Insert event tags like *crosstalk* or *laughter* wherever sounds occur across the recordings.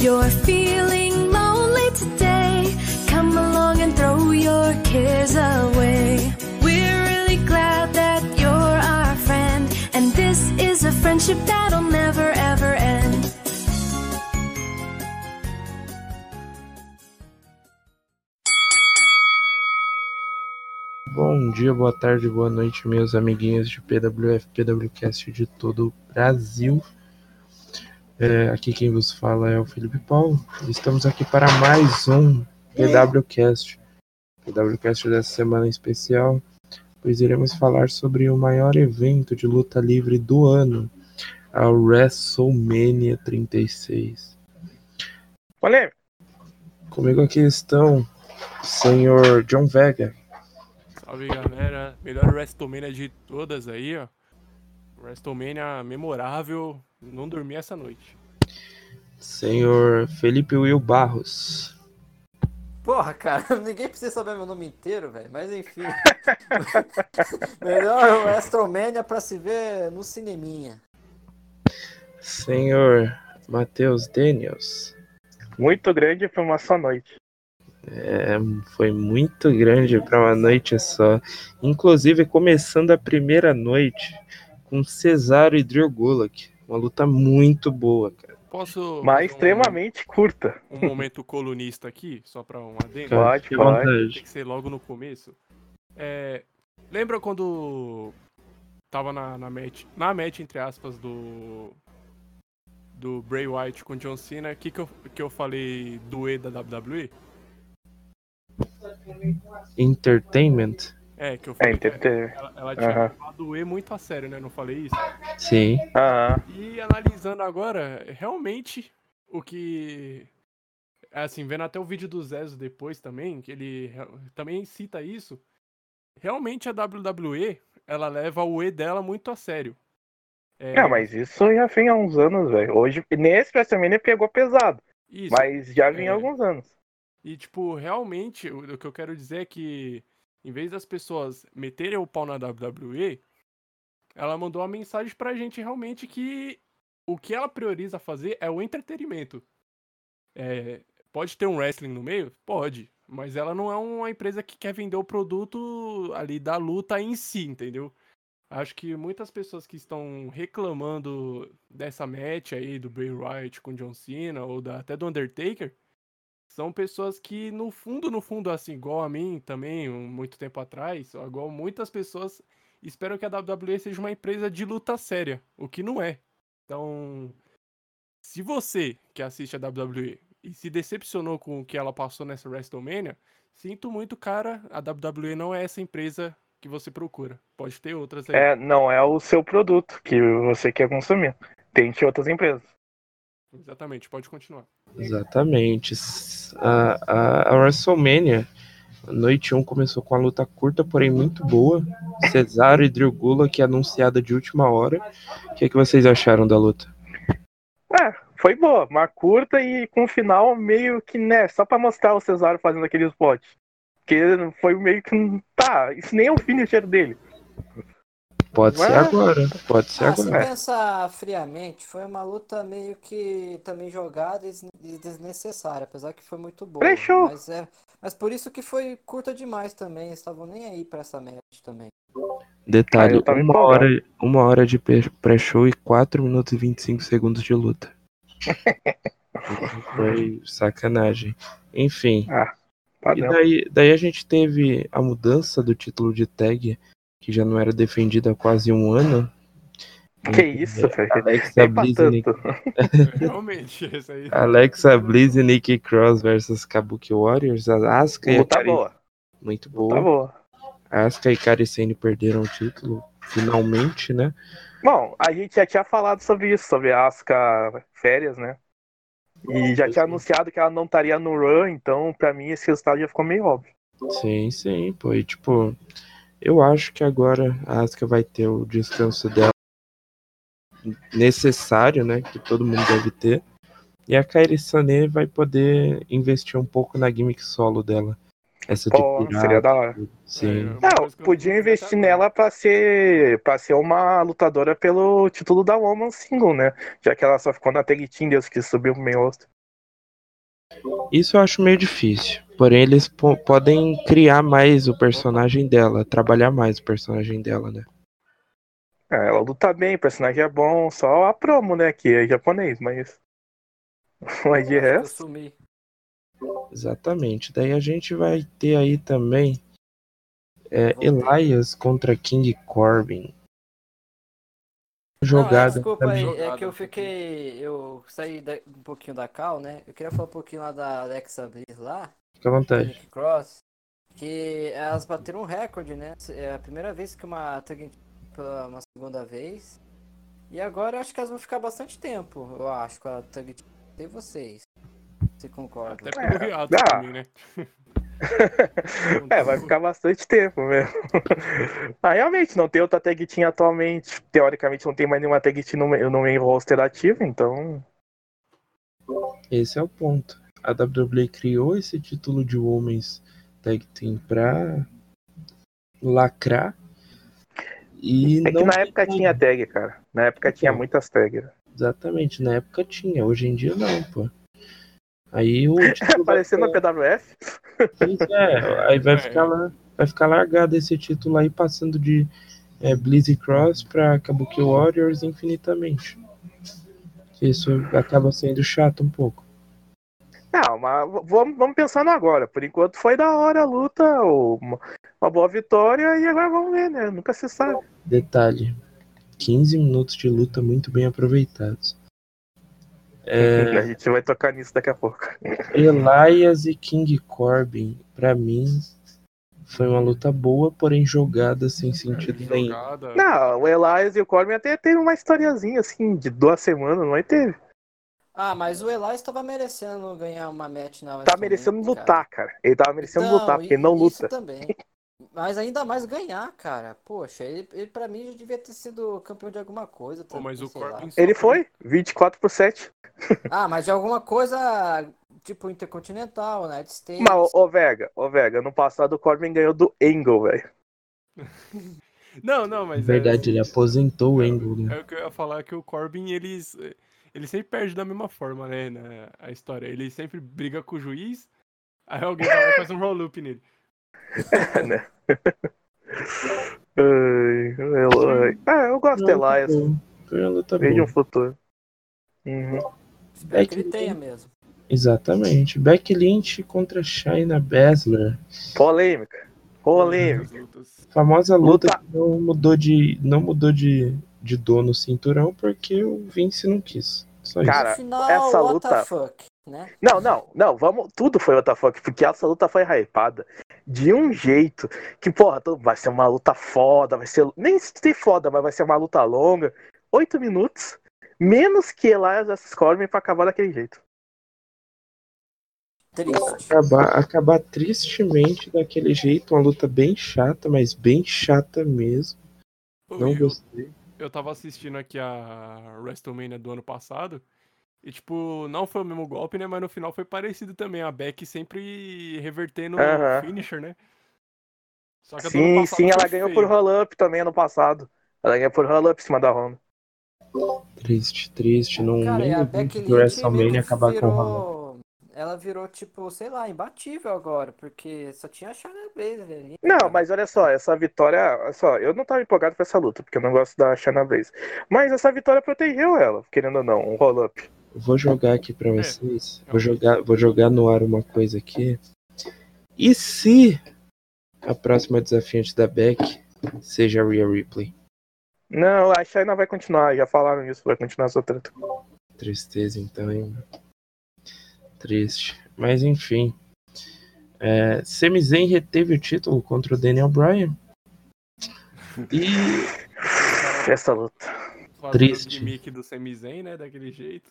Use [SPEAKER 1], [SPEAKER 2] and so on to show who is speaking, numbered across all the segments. [SPEAKER 1] You're feeling lonely today. Come along and throw your cares away. We're really glad that you're our friend. And this is a friendship that'll never ever end.
[SPEAKER 2] Bom dia, boa tarde, boa noite, meus amiguinhos de PWF, PWCast de todo o Brasil. É, aqui quem vos fala é o Felipe Paulo. Estamos aqui para mais um PWCast. PWCast dessa semana em especial, pois iremos falar sobre o maior evento de luta livre do ano, a WrestleMania 36.
[SPEAKER 3] Olha,
[SPEAKER 2] Comigo aqui estão o senhor John Vega.
[SPEAKER 4] Salve galera, melhor WrestleMania de todas aí, ó. WrestleMania memorável, não dormi essa noite.
[SPEAKER 2] Senhor Felipe Will Barros.
[SPEAKER 5] Porra, cara, *laughs* ninguém precisa saber meu nome inteiro, velho. Mas enfim. *laughs* Melhor o Astromania pra se ver no cineminha.
[SPEAKER 2] Senhor Matheus Daniels.
[SPEAKER 3] muito grande pra uma só noite.
[SPEAKER 2] É, foi muito grande para uma noite só. Inclusive, começando a primeira noite com Cesaro e Drew Gulak. Uma luta muito boa, cara.
[SPEAKER 4] Posso.
[SPEAKER 3] Mas
[SPEAKER 4] fazer um-
[SPEAKER 3] extremamente curta.
[SPEAKER 4] Um momento colunista aqui, só pra um adendo.
[SPEAKER 3] Pode,
[SPEAKER 2] Fique à
[SPEAKER 3] pode.
[SPEAKER 2] vontade.
[SPEAKER 4] Tem que ser logo no começo. É, lembra quando tava na, na match, na match, entre aspas, do do Bray White com John Cena, o que, que, eu, que eu falei do E da WWE?
[SPEAKER 2] Entertainment?
[SPEAKER 4] É, que eu
[SPEAKER 3] É,
[SPEAKER 4] falei.
[SPEAKER 3] entendeu?
[SPEAKER 4] ela, ela tinha
[SPEAKER 3] Aham.
[SPEAKER 4] levado o E muito a sério, né? Não falei isso?
[SPEAKER 2] Sim.
[SPEAKER 3] Ah,
[SPEAKER 4] E analisando agora, realmente o que. Assim, vendo até o vídeo do Zezo depois também, que ele re- também cita isso. Realmente a WWE, ela leva o E dela muito a sério. É,
[SPEAKER 3] não, mas isso já vem há uns anos, velho. Hoje, nesse WrestleMania pegou pesado,
[SPEAKER 4] Isso.
[SPEAKER 3] mas já vem
[SPEAKER 4] É.
[SPEAKER 3] há alguns anos.
[SPEAKER 4] E, tipo, realmente, o, o que eu quero dizer é que, em vez das pessoas meterem o pau na WWE, ela mandou uma mensagem pra gente realmente que o que ela prioriza fazer é o entretenimento. É, pode ter um wrestling no meio? Pode. Mas ela não é uma empresa que quer vender o produto ali da luta em si, entendeu? Acho que muitas pessoas que estão reclamando dessa match aí do Bray Wyatt com John Cena ou da- até do Undertaker são pessoas que, no fundo, no fundo, assim, igual a mim também, um- muito tempo atrás, igual muitas pessoas, esperam que a WWE seja uma empresa de luta séria, o que não é. Então, se você que assiste a WWE e se decepcionou com o que ela passou nessa WrestleMania, sinto muito, cara, a WWE não é essa empresa que você procura. Pode ter outras aí.
[SPEAKER 3] É, não é o seu produto que você quer consumir. Tente outras empresas.
[SPEAKER 4] Exatamente, pode
[SPEAKER 2] *laughs*
[SPEAKER 4] continuar.
[SPEAKER 2] Exatamente. S- A, a, a WrestleMania, noite 1, começou com uma luta curta, porém muito boa. Cesaro e Drew Gulak anunciada de última hora. O que, é que vocês acharam da luta?
[SPEAKER 3] É, foi boa, uma curta e com um final meio que, né, só pra mostrar o Cesaro fazendo aquele spot. Porque foi meio que, um- tá, isso nem é o finisher dele.
[SPEAKER 2] Pode ser
[SPEAKER 3] Ué?
[SPEAKER 2] agora, pode ser
[SPEAKER 5] Ah, se
[SPEAKER 2] agora.
[SPEAKER 5] pensar friamente, foi uma luta meio que também jogada e des- e desnecessária, apesar que foi muito boa.
[SPEAKER 3] Fechou.
[SPEAKER 5] Mas, é, mas por isso que foi curta demais também, eles estavam nem aí pra essa match também.
[SPEAKER 2] Detalhe,
[SPEAKER 3] Ah, eu tava
[SPEAKER 2] uma
[SPEAKER 3] empolgado.
[SPEAKER 2] hora, uma hora de pe- pré-show e 4 minutos e 25 segundos de
[SPEAKER 3] *laughs*
[SPEAKER 2] luta. Foi sacanagem. Enfim,
[SPEAKER 3] Ah,
[SPEAKER 2] e
[SPEAKER 3] Padrão.
[SPEAKER 2] daí, daí a gente teve a mudança do título de tag, que já não era defendida há quase um ano.
[SPEAKER 3] Que isso, velho.
[SPEAKER 2] Alexa
[SPEAKER 3] Nem pra
[SPEAKER 2] Bliss, e Nick,
[SPEAKER 3] tanto.
[SPEAKER 4] É, realmente, essa aí.
[SPEAKER 2] Alexa Bliss e Nikki Cross versus Kabuki Warriors. A Asuka e a
[SPEAKER 3] Luta
[SPEAKER 2] Kairi-
[SPEAKER 3] Tá boa,
[SPEAKER 2] Muito
[SPEAKER 3] tá
[SPEAKER 2] boa.
[SPEAKER 3] boa.
[SPEAKER 2] A Asuka e Kairi Sane perderam o título, finalmente, né?
[SPEAKER 3] Bom, a gente já tinha falado sobre isso, sobre a Asuka férias, né? E já tinha anunciado que ela não estaria no run, então pra mim esse resultado já ficou meio óbvio.
[SPEAKER 2] Sim, sim, pô. E tipo, eu acho que agora a Asuka vai ter o descanso dela necessário, né? Que todo mundo deve ter. E a Kairi Sane vai poder investir um pouco na gimmick solo dela. Essa de
[SPEAKER 3] Pô,
[SPEAKER 2] curar,
[SPEAKER 3] seria da hora.
[SPEAKER 2] sim.
[SPEAKER 4] É, uma
[SPEAKER 3] Não,
[SPEAKER 4] coisa que eu
[SPEAKER 3] podia
[SPEAKER 4] não
[SPEAKER 3] investir
[SPEAKER 4] sabia.
[SPEAKER 3] nela pra ser, pra ser uma lutadora pelo título da Woman Single, né? Já que ela só ficou na tag team, Deus que subiu pro meio rosto.
[SPEAKER 2] Isso eu acho meio difícil. Porém, eles po- podem criar mais o personagem dela, trabalhar mais o personagem dela, né?
[SPEAKER 3] É, ela luta bem, o personagem é bom, só a promo, né? Que é japonês, mas. *laughs* Mas
[SPEAKER 5] Eu acho que
[SPEAKER 3] de
[SPEAKER 5] eu
[SPEAKER 3] resto.
[SPEAKER 5] sumi.
[SPEAKER 2] Exatamente. Daí a gente vai ter aí também é,
[SPEAKER 5] Vamos ver.
[SPEAKER 2] Elias contra King Corbin.
[SPEAKER 5] Não, é,
[SPEAKER 2] Jogada.
[SPEAKER 5] desculpa aí, é
[SPEAKER 4] Jogada,
[SPEAKER 5] que eu
[SPEAKER 4] tá bem.
[SPEAKER 5] fiquei. Eu saí da- um pouquinho da Cal, né? Eu queria falar um pouquinho lá da Alexa Bliss lá.
[SPEAKER 2] Fica à vontade.
[SPEAKER 5] Nick Cross, que elas bateram um recorde, né? É a primeira vez que uma tag team- uma segunda vez. E agora eu acho que elas vão ficar bastante tempo, eu acho, com a tag team. Tem vocês. Você
[SPEAKER 2] é
[SPEAKER 5] concorda?
[SPEAKER 4] Até pelo Riato
[SPEAKER 3] dá.
[SPEAKER 4] também, né?
[SPEAKER 3] É, vai ficar bastante tempo mesmo. *laughs* ah, realmente, não tem outra tag team atualmente. Teoricamente, não tem mais nenhuma tag team no, main- no main roster ativa, então.
[SPEAKER 2] Esse é o ponto. A WWE criou esse título de Women's Tag Team pra lacrar. E
[SPEAKER 3] É que
[SPEAKER 2] não
[SPEAKER 3] na época
[SPEAKER 2] ficou.
[SPEAKER 3] tinha tag, cara. Na época tinha
[SPEAKER 2] Então.
[SPEAKER 3] muitas né? tags.
[SPEAKER 2] Exatamente, na época tinha, hoje em dia não, pô. Aí
[SPEAKER 3] *laughs*
[SPEAKER 2] o título vai
[SPEAKER 3] Parecendo a PWF.
[SPEAKER 2] Pois é, aí vai
[SPEAKER 4] É.
[SPEAKER 2] ficar lá, vai ficar largado esse título aí passando de é, Blizzy Cross pra Kabuki Warriors infinitamente. Isso acaba sendo chato um pouco.
[SPEAKER 3] Não, Ah, mas v- vamos, vamos pensando agora. Por enquanto foi da hora a luta, o- uma, uma boa vitória, e agora vamos ver, né? Nunca se sabe.
[SPEAKER 2] Detalhe: 15 minutos de luta muito bem aproveitados.
[SPEAKER 3] A gente vai tocar nisso daqui a pouco.
[SPEAKER 2] Elias e King Corbin, pra mim, foi uma luta boa, porém jogada sem
[SPEAKER 4] É,
[SPEAKER 2] sentido nenhum.
[SPEAKER 4] Jogada.
[SPEAKER 3] Não, o Elias e o Corbin até teve uma historiazinha assim, de duas semanas, não é? Teve.
[SPEAKER 5] Ah, mas o Elias tava merecendo ganhar uma match na
[SPEAKER 3] Tá
[SPEAKER 5] WrestleMania,
[SPEAKER 3] merecendo
[SPEAKER 5] cara.
[SPEAKER 3] lutar, cara. Ele tava merecendo
[SPEAKER 5] Então,
[SPEAKER 3] lutar,
[SPEAKER 5] e-
[SPEAKER 3] porque ele não
[SPEAKER 5] isso
[SPEAKER 3] luta.
[SPEAKER 5] também. Mas ainda mais ganhar, cara. Poxa, ele, ele pra mim já devia ter sido campeão de alguma coisa.
[SPEAKER 4] Pô, mas
[SPEAKER 5] também,
[SPEAKER 4] o
[SPEAKER 5] sei lá.
[SPEAKER 4] Corbin só
[SPEAKER 3] Ele foi 24 por 7.
[SPEAKER 5] Ah, mas de alguma coisa tipo intercontinental, né? United States.
[SPEAKER 3] Mas, ô, ô Vega, ô Vega, no passado o Corbin ganhou do Angle, velho.
[SPEAKER 4] Não, não, mas. é-
[SPEAKER 2] Verdade, ele aposentou o Angle, né?
[SPEAKER 4] É o que eu ia falar que o Corbin, eles. Ele sempre perde da mesma forma, né? Na, a história. Ele sempre briga com o juiz, aí alguém vai lá e faz um roll-up nele.
[SPEAKER 3] Ai, Eli- Ah, eu gosto do
[SPEAKER 2] Não,
[SPEAKER 3] Elias.
[SPEAKER 2] bom. Foi uma luta
[SPEAKER 3] Vejo um
[SPEAKER 2] boa.
[SPEAKER 3] futuro. Uhum.
[SPEAKER 5] Espero
[SPEAKER 2] é
[SPEAKER 5] que ele
[SPEAKER 2] que-
[SPEAKER 5] tenha mesmo.
[SPEAKER 2] Exatamente. Beck Lynch contra Shayna Baszler.
[SPEAKER 3] Polêmica. Polêmica.
[SPEAKER 4] As lutas.
[SPEAKER 2] Famosa luta,
[SPEAKER 3] Luta.
[SPEAKER 2] que não mudou de não mudou de, de dono cinturão porque o Vince não quis. Só isso.
[SPEAKER 3] Cara,
[SPEAKER 5] no final,
[SPEAKER 3] essa
[SPEAKER 5] what the
[SPEAKER 3] luta-
[SPEAKER 5] fuck, né?
[SPEAKER 3] Não, não, não, vamos. Tudo foi WTF, porque essa luta foi hypada de um jeito que, porra, todo- vai ser uma luta foda, vai ser. Nem se foda, mas vai ser uma luta longa. Oito minutos. Menos que Elias vs Corbin pra acabar daquele jeito.
[SPEAKER 5] Triste.
[SPEAKER 2] acabar acabar tristemente daquele jeito, uma luta bem chata, mas bem chata mesmo.
[SPEAKER 4] Pô,
[SPEAKER 2] Não
[SPEAKER 4] e eu,
[SPEAKER 2] gostei.
[SPEAKER 4] eu tava assistindo aqui a WrestleMania do ano passado. E, tipo, não foi o mesmo golpe, né? Mas no final foi parecido também. A Beck sempre revertendo
[SPEAKER 3] Aham.
[SPEAKER 4] o finisher, né? Só a do ano
[SPEAKER 3] Sim,
[SPEAKER 4] passado
[SPEAKER 3] sim, ela
[SPEAKER 4] foi
[SPEAKER 3] ganhou
[SPEAKER 4] feio.
[SPEAKER 3] por roll-up também ano passado. Ela ganhou por roll-up em cima da Ronda.
[SPEAKER 2] Triste, triste. Não
[SPEAKER 5] Cara, e a
[SPEAKER 2] nem
[SPEAKER 5] Becky Lynch
[SPEAKER 2] do WrestleMania
[SPEAKER 5] meio que
[SPEAKER 2] acabar com o Roman.
[SPEAKER 5] virou... Ela virou, tipo, sei lá, imbatível agora, porque só tinha a Shayna Baszler ali.
[SPEAKER 3] Não, mas olha só, essa vitória. Olha só, eu não tava empolgado pra essa luta, porque eu não gosto da Shayna Blaze. Mas essa vitória protegeu ela, querendo ou não, um roll-up.
[SPEAKER 2] Eu Vou jogar aqui pra vocês. Vou jogar, vou jogar no ar uma coisa aqui. E se a próxima desafiante da Beck seja a Rhea Ripley?
[SPEAKER 3] Não, a China vai continuar, já falaram isso, vai continuar essa treta.
[SPEAKER 2] Tristeza, então, hein? Triste. Mas enfim. É, Sami Zayn reteve o título contra o Daniel Bryan. E
[SPEAKER 3] Essa luta.
[SPEAKER 4] Fazendo o
[SPEAKER 2] Triste.
[SPEAKER 4] gimmick do Sami Zayn, né? Daquele jeito.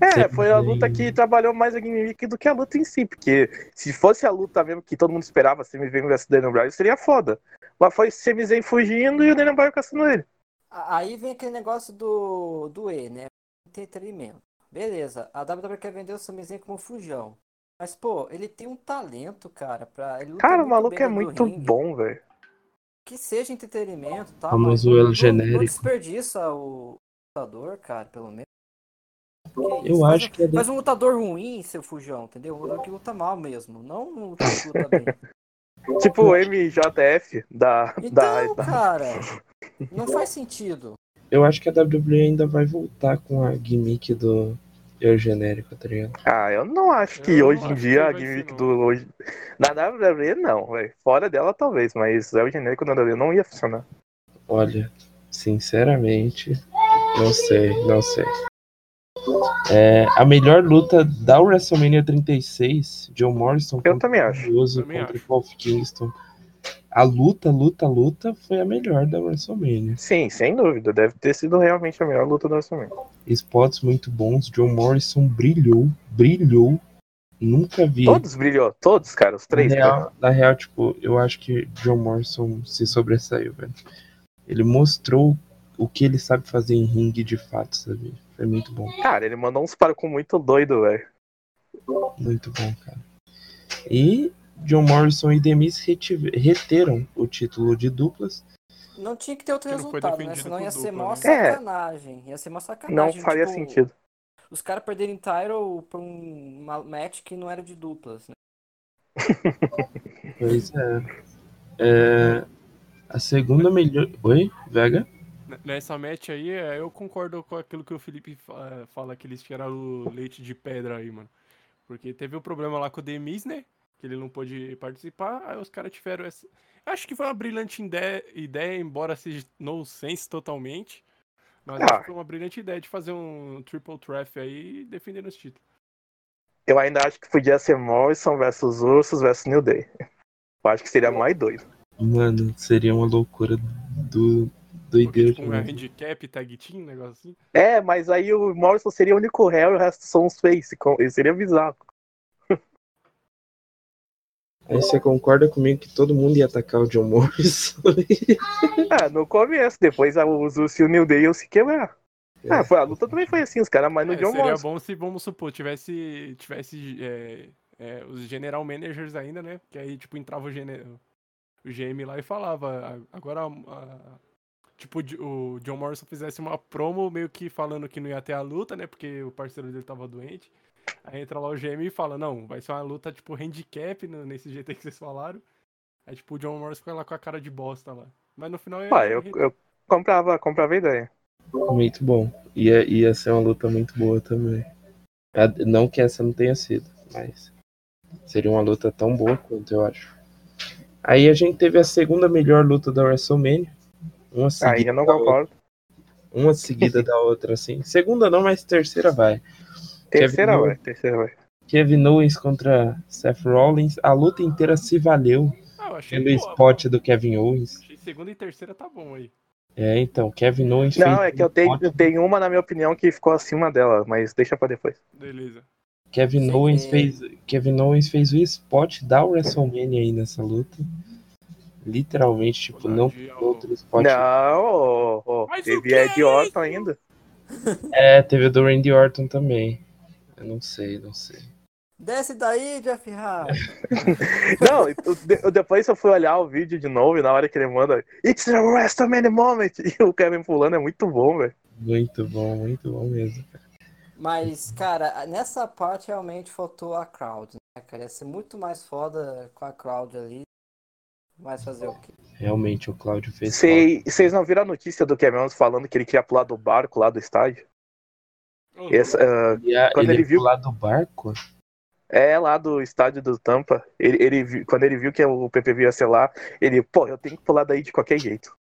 [SPEAKER 3] É,
[SPEAKER 2] Sempre
[SPEAKER 3] foi a
[SPEAKER 2] bem.
[SPEAKER 3] luta que trabalhou mais a gimmick do que a luta em si, porque se fosse a luta mesmo que todo mundo esperava, Sami Zayn versus Daniel Bryan, seria foda. Mas foi Sami Zayn fugindo e o Daniel Bryan caçando ele.
[SPEAKER 5] A- Aí vem aquele negócio do, do E, né? Entretenimento. Beleza, a WWE quer vender o Sami Zayn como um fujão. Mas, pô, ele tem um talento, cara, pra... Ele luta
[SPEAKER 3] Cara, o
[SPEAKER 5] muito
[SPEAKER 3] maluco
[SPEAKER 5] bem
[SPEAKER 3] é
[SPEAKER 5] no
[SPEAKER 3] muito
[SPEAKER 5] ringue.
[SPEAKER 3] bom, velho.
[SPEAKER 5] que seja entretenimento, tá?
[SPEAKER 2] Famoso
[SPEAKER 5] não-
[SPEAKER 2] elo
[SPEAKER 5] não,
[SPEAKER 2] genérico.
[SPEAKER 5] Não desperdiça o lutador, cara, pelo menos.
[SPEAKER 2] Eu
[SPEAKER 5] Mas-
[SPEAKER 2] acho que é da-
[SPEAKER 5] Mas um lutador ruim, seu fujão, entendeu? Um lutador que luta mal mesmo. Não um lutador que luta
[SPEAKER 3] *laughs*
[SPEAKER 5] bem.
[SPEAKER 3] Tipo o MJF da. da,
[SPEAKER 5] Então,
[SPEAKER 3] da-
[SPEAKER 5] cara, não faz sentido.
[SPEAKER 2] Eu acho que a WWE ainda vai voltar com a gimmick do eu genérico, tá ligado?
[SPEAKER 3] Ah, eu não acho que
[SPEAKER 4] Eu não
[SPEAKER 3] hoje em
[SPEAKER 4] acho que
[SPEAKER 3] dia a
[SPEAKER 4] vai ser,
[SPEAKER 3] gimmick
[SPEAKER 4] não.
[SPEAKER 3] do. Hoje... Na WWE não, velho. Fora dela talvez, mas é o genérico da WWE não ia funcionar.
[SPEAKER 2] Olha, sinceramente, não sei, não sei. É, a melhor luta da WrestleMania 36, John Morrison
[SPEAKER 3] Eu
[SPEAKER 2] contra
[SPEAKER 3] também acho.
[SPEAKER 2] Uso
[SPEAKER 4] Também
[SPEAKER 2] contra
[SPEAKER 4] acho.
[SPEAKER 2] Kofi Kingston. A luta, luta, luta foi a melhor da WrestleMania.
[SPEAKER 3] Sim, sem dúvida. Deve ter sido realmente a melhor luta do WrestleMania.
[SPEAKER 2] Spots muito bons, John Morrison brilhou, brilhou. Nunca vi.
[SPEAKER 3] Todos brilhou, todos, cara, os três. né?
[SPEAKER 2] na,
[SPEAKER 3] cara.
[SPEAKER 2] real, na real, tipo, eu acho que John Morrison se sobressaiu, velho. Ele mostrou o que ele sabe fazer em ringue de fato, sabe? Foi muito bom,
[SPEAKER 3] Cara, ele mandou uns paros com muito doido, velho.
[SPEAKER 2] muito bom, cara. E John Morrison e Demis retive- reteram o título de duplas.
[SPEAKER 5] Não tinha que ter outro
[SPEAKER 4] Que não foi
[SPEAKER 5] resultado, né?
[SPEAKER 4] defendido
[SPEAKER 5] Senão
[SPEAKER 4] por
[SPEAKER 5] ia ser mó
[SPEAKER 4] dupla,
[SPEAKER 3] né? É.
[SPEAKER 5] sacanagem. Ia ser mó
[SPEAKER 3] Não
[SPEAKER 5] sacanagem.
[SPEAKER 3] faria
[SPEAKER 5] tipo,
[SPEAKER 3] sentido.
[SPEAKER 5] Os caras perderem title pra um uma match que não era de duplas, né?
[SPEAKER 2] Pois é. É, a segunda melhor. Oi, Vega?
[SPEAKER 4] N- Nessa match aí, é, eu concordo com aquilo que o Felipe fa- eh, fala, que eles tiraram o leite de pedra aí, mano. Porque teve o problema lá com o Demis, né? Que ele não pôde participar, aí os caras tiveram essa. Acho que foi uma brilhante ide- ideia, embora seja nonsense totalmente. Mas
[SPEAKER 3] Ah.
[SPEAKER 4] acho que foi uma brilhante ideia de fazer um triple threat aí defendendo os títulos.
[SPEAKER 3] Eu ainda acho que podia ser Morrison versus Ursus versus New Day. Eu acho que seria mais doido.
[SPEAKER 2] Mano, seria uma loucura do né?
[SPEAKER 4] Porque,
[SPEAKER 2] doideira.
[SPEAKER 4] tipo, um
[SPEAKER 2] demais.
[SPEAKER 4] handicap, tag team, um negócio assim.
[SPEAKER 3] É, mas aí o Morrison seria o único réu e o resto são os face. com- e Seria bizarro.
[SPEAKER 2] Aí você concorda comigo que todo mundo ia atacar o John Morrison?
[SPEAKER 3] Ah, no começo, depois a- os Ursus e o New Day iam se quebrar. Ah, foi, a luta também foi assim, os caras, mas no
[SPEAKER 4] É,
[SPEAKER 3] John
[SPEAKER 4] seria
[SPEAKER 3] Morrison.
[SPEAKER 4] bom se, vamos supor, tivesse, tivesse é, é, os general managers ainda, né? Que aí, tipo, entrava o, gene- o GM lá e falava. "A- Agora, a- tipo, o Di- o John Morrison fizesse uma promo meio que falando que não ia ter a luta, né? Porque o parceiro dele tava doente. Aí entra lá o GM e fala, não, vai ser uma luta, tipo, handicap, no- nesse jeito aí que vocês falaram. Aí, tipo, o John Morrison fica lá com a cara de bosta lá. Mas no final... é-
[SPEAKER 3] Ah, eu, eu comprava, comprava a ideia.
[SPEAKER 2] Muito bom. Ia, ia ser uma luta muito boa também. A- Não que essa não tenha sido, mas seria uma luta tão boa quanto eu acho. Aí a gente teve a segunda melhor luta da WrestleMania. Uma seguida,
[SPEAKER 3] Aí eu não
[SPEAKER 2] da outra-
[SPEAKER 3] concordo.
[SPEAKER 2] uma seguida da outra, assim. Segunda não, mas terceira vai.
[SPEAKER 3] Terceira,
[SPEAKER 2] Kevin
[SPEAKER 3] vai. Terceira, vai.
[SPEAKER 2] Kevin Owens contra Seth Rollins. A luta inteira se valeu
[SPEAKER 4] Ah, eu achei
[SPEAKER 2] pelo
[SPEAKER 4] boa,
[SPEAKER 2] spot do Kevin Owens.
[SPEAKER 4] achei Segunda e terceira tá bom aí.
[SPEAKER 2] É, então, Kevin Owens.
[SPEAKER 3] Não,
[SPEAKER 2] fez
[SPEAKER 3] é que eu
[SPEAKER 2] um
[SPEAKER 3] tenho,
[SPEAKER 2] spot-
[SPEAKER 3] eu tenho uma, na minha opinião, que ficou acima dela, mas deixa pra depois.
[SPEAKER 4] Beleza.
[SPEAKER 2] Kevin
[SPEAKER 5] Sim.
[SPEAKER 2] Owens, fez, Kevin Owens fez o spot da WrestleMania aí nessa luta. Literalmente, tipo, não tem outro spot.
[SPEAKER 3] Não, ô, ô,
[SPEAKER 4] Mas o que
[SPEAKER 3] teve Ed
[SPEAKER 4] é
[SPEAKER 3] Orton ainda.
[SPEAKER 2] É, teve o do Randy Orton também. Eu não sei, não sei.
[SPEAKER 5] Desce daí, Jeff Hardy.
[SPEAKER 3] Não, e tu- de- depois eu fui olhar o vídeo de novo e na hora que ele manda It's a WrestleMania moment! *laughs* E o Kevin pulando é muito bom, velho.
[SPEAKER 2] Muito bom, muito bom mesmo.
[SPEAKER 5] Mas, cara, nessa parte realmente faltou a crowd, né, cara? Ia ser muito mais foda com a crowd ali. Mas fazer o quê?
[SPEAKER 4] *laughs*
[SPEAKER 2] Realmente, o Claudio fez. falta.
[SPEAKER 3] Sei- Vocês não viram a notícia do Kevin Owens falando que ele queria pular do barco lá do estádio? Essa, ah,
[SPEAKER 2] E a-
[SPEAKER 3] Quando
[SPEAKER 2] ele,
[SPEAKER 3] ele viu-
[SPEAKER 2] pular do barco?
[SPEAKER 3] é lá do estádio do Tampa. Ele, ele vi- quando ele viu que o PPV ia ser lá, ele, pô, eu tenho que pular daí de qualquer jeito.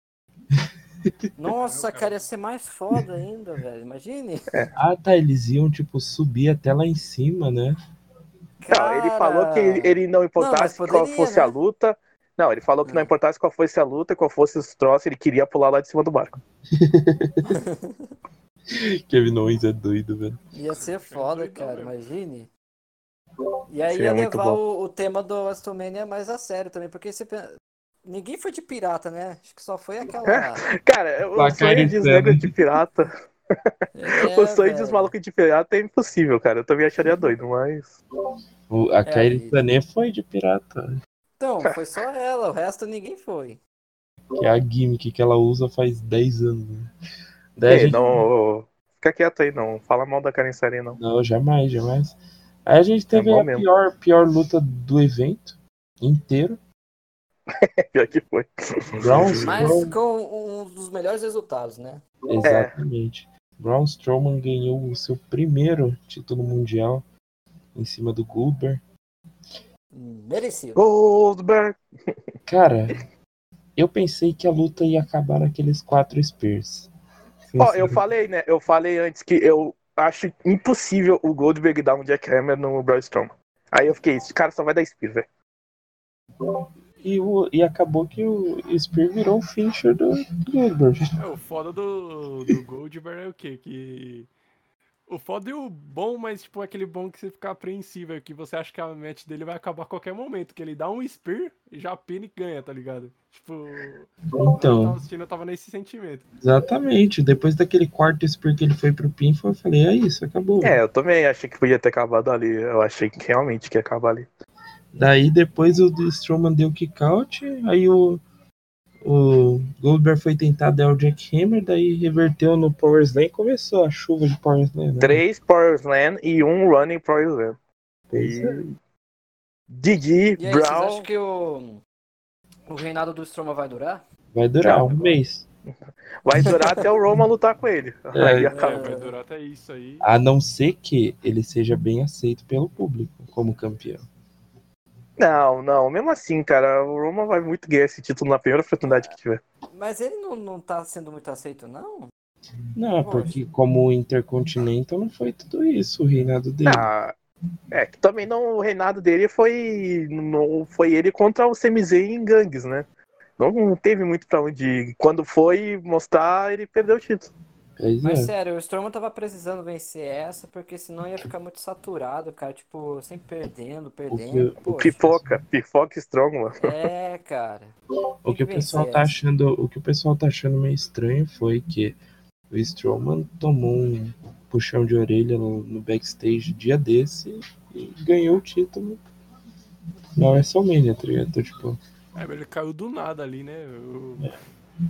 [SPEAKER 5] Nossa,
[SPEAKER 4] cara.
[SPEAKER 5] cara, ia ser mais foda ainda, velho. Imagine.
[SPEAKER 2] Ah, tá, eles iam, tipo, subir até lá em cima, né?
[SPEAKER 3] *laughs* Não, ele falou que ele, ele não importasse
[SPEAKER 5] Não, mas
[SPEAKER 3] qual
[SPEAKER 5] poderia,
[SPEAKER 3] fosse
[SPEAKER 5] né?
[SPEAKER 3] a luta. Não, ele falou que não importasse qual fosse a luta, qual fosse os troços, ele queria pular lá de cima do barco.
[SPEAKER 2] *laughs* Kevin Owens é doido, velho.
[SPEAKER 5] Ia ser foda,
[SPEAKER 4] doidão
[SPEAKER 5] cara,
[SPEAKER 4] mesmo.
[SPEAKER 5] imagine. E aí
[SPEAKER 3] Seria
[SPEAKER 5] ia
[SPEAKER 3] muito
[SPEAKER 5] levar
[SPEAKER 3] bom.
[SPEAKER 5] o, o tema do WrestleMania mais a sério também, porque você pensa- ninguém foi de pirata, né? Acho que só foi
[SPEAKER 3] *laughs*
[SPEAKER 5] aquela.
[SPEAKER 3] É, Cara, o
[SPEAKER 2] Placar
[SPEAKER 3] sonho
[SPEAKER 2] insano.
[SPEAKER 3] dos negros de
[SPEAKER 5] *laughs*
[SPEAKER 3] pirata,
[SPEAKER 5] É,
[SPEAKER 3] o sonho dos
[SPEAKER 5] velho.
[SPEAKER 3] malucos de pirata é impossível, cara. Eu também acharia doido, mas.
[SPEAKER 2] O- a
[SPEAKER 5] É,
[SPEAKER 2] Kairi
[SPEAKER 5] e-
[SPEAKER 2] Sané foi de pirata.
[SPEAKER 5] Então, foi só ela, o resto ninguém foi.
[SPEAKER 3] *laughs*
[SPEAKER 2] Que é a gimmick que ela usa faz 10 anos. né? Daí a
[SPEAKER 3] Ei,
[SPEAKER 2] gente
[SPEAKER 3] não. Fica quieto aí, não. Fala mal da Karen Sarin, não. *laughs*
[SPEAKER 2] Não, jamais, jamais. Aí a gente teve
[SPEAKER 3] É bom
[SPEAKER 2] a
[SPEAKER 3] mesmo.
[SPEAKER 2] pior, pior luta do evento inteiro.
[SPEAKER 3] É pior que foi.
[SPEAKER 2] Braun
[SPEAKER 5] Mas
[SPEAKER 2] Strowman,
[SPEAKER 5] com um dos melhores resultados, né?
[SPEAKER 3] É.
[SPEAKER 2] exatamente. Braun Strowman ganhou o seu primeiro título mundial em cima do Goldberg.
[SPEAKER 5] Merecido.
[SPEAKER 2] *laughs*
[SPEAKER 3] Goldberg!
[SPEAKER 2] Cara, eu pensei que a luta ia acabar naqueles quatro Spears.
[SPEAKER 3] Ó, eu falei, né? Eu falei antes que eu acho impossível o Goldberg dar um jackhammer no Braun Strowman. Aí eu fiquei, esse cara só vai dar spear, velho.
[SPEAKER 2] E, o- e acabou que o Spear virou o finisher do Goldberg.
[SPEAKER 4] É, o foda do, do Goldberg é o quê? Que. O foda e o bom, mas tipo, aquele bom que você fica apreensivo, é que você acha que a match dele vai acabar a qualquer momento, que ele dá um spear, já pina e ganha, tá ligado? Tipo, eu
[SPEAKER 2] Então,
[SPEAKER 4] tava assistindo, eu tava nesse sentimento.
[SPEAKER 2] exatamente. Depois daquele quarto Spear que ele foi pro Pin, eu falei, é isso, acabou.
[SPEAKER 3] É, eu também achei que podia ter acabado ali. Eu achei que realmente que ia acabar ali.
[SPEAKER 2] Daí depois o Strowman deu kick out, aí o, o Goldberg foi tentar dar o Jackhammer, daí reverteu no Power Slam e começou a chuva de Power Slam. Né?
[SPEAKER 3] Três Power Slam e um Running Power Slam.
[SPEAKER 2] Pois é.
[SPEAKER 3] Didi,
[SPEAKER 5] E aí, vocês acham
[SPEAKER 3] Brown.
[SPEAKER 5] que o, o reinado do Stroma vai durar?
[SPEAKER 2] Vai durar
[SPEAKER 3] Tchau.
[SPEAKER 2] um mês.
[SPEAKER 3] Vai durar até o Roma lutar com ele.
[SPEAKER 2] É,
[SPEAKER 3] Aí
[SPEAKER 2] é.
[SPEAKER 4] É,
[SPEAKER 3] acaba.
[SPEAKER 4] vai durar até isso aí.
[SPEAKER 2] A não ser que ele seja bem aceito pelo público como campeão.
[SPEAKER 3] Não, não. Mesmo assim, cara, o Roma vai muito ganhar esse título na primeira oportunidade que tiver.
[SPEAKER 5] Mas ele não, não tá sendo muito aceito, não?
[SPEAKER 2] Não,
[SPEAKER 5] Lógico.
[SPEAKER 2] porque como Intercontinental não foi tudo isso o reinado dele.
[SPEAKER 3] Ah, é, que também não, o reinado dele foi. Não, foi ele contra o CMZ em gangues, né? Não, teve muito pra onde ir. Quando foi mostrar, ele perdeu o título.
[SPEAKER 2] Pois
[SPEAKER 5] Mas
[SPEAKER 2] é.
[SPEAKER 5] sério, o Stroma tava precisando vencer essa, porque senão ia ficar muito saturado, cara. Tipo, sempre perdendo, perdendo.
[SPEAKER 2] o
[SPEAKER 5] Poxa.
[SPEAKER 3] Pipoca, pipoca strong, mano.
[SPEAKER 5] É, cara.
[SPEAKER 2] O que o
[SPEAKER 5] Tem que
[SPEAKER 2] pessoal
[SPEAKER 5] vencer
[SPEAKER 2] tá
[SPEAKER 5] essa.
[SPEAKER 2] achando, o que o pessoal tá achando meio estranho foi que o Strowman tomou um puxão de orelha no, no backstage dia desse e ganhou o título na WrestleMania, tá ligado? Então, tipo,
[SPEAKER 4] É, mas ele caiu do nada ali, né? O-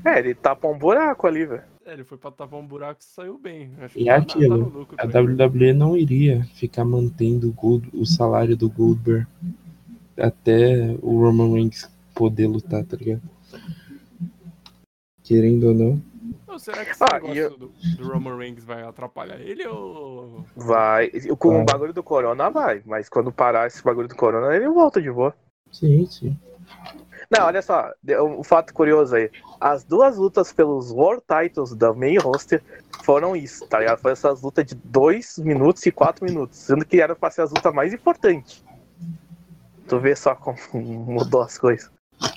[SPEAKER 3] É, ele tapa um buraco ali, velho.
[SPEAKER 4] é, ele foi pra tapar um buraco e saiu bem. Acho
[SPEAKER 2] E é
[SPEAKER 4] que tá na-
[SPEAKER 2] aquilo,
[SPEAKER 4] tá no lucro
[SPEAKER 2] a
[SPEAKER 4] também.
[SPEAKER 2] WWE não iria ficar mantendo o, Gold- o salário do Goldberg até o Roman Reigns poder lutar, tá ligado? Querendo ou não.
[SPEAKER 4] Ou será que esse
[SPEAKER 3] Ah,
[SPEAKER 4] negócio
[SPEAKER 3] e eu-
[SPEAKER 4] do, do Roman Reigns vai atrapalhar ele ou.
[SPEAKER 3] Vai. Com
[SPEAKER 2] Vai.
[SPEAKER 3] o bagulho do Corona, vai. Mas quando parar esse bagulho do Corona, ele volta de boa.
[SPEAKER 2] Sim, sim.
[SPEAKER 3] Não, olha só, um fato curioso aí. As duas lutas pelos World Titles da main roster foram isso, tá ligado? Foram essas lutas de 2 minutos e 4 minutos, sendo que era pra ser as lutas mais importantes. Tu vê só como *laughs* mudou as coisas.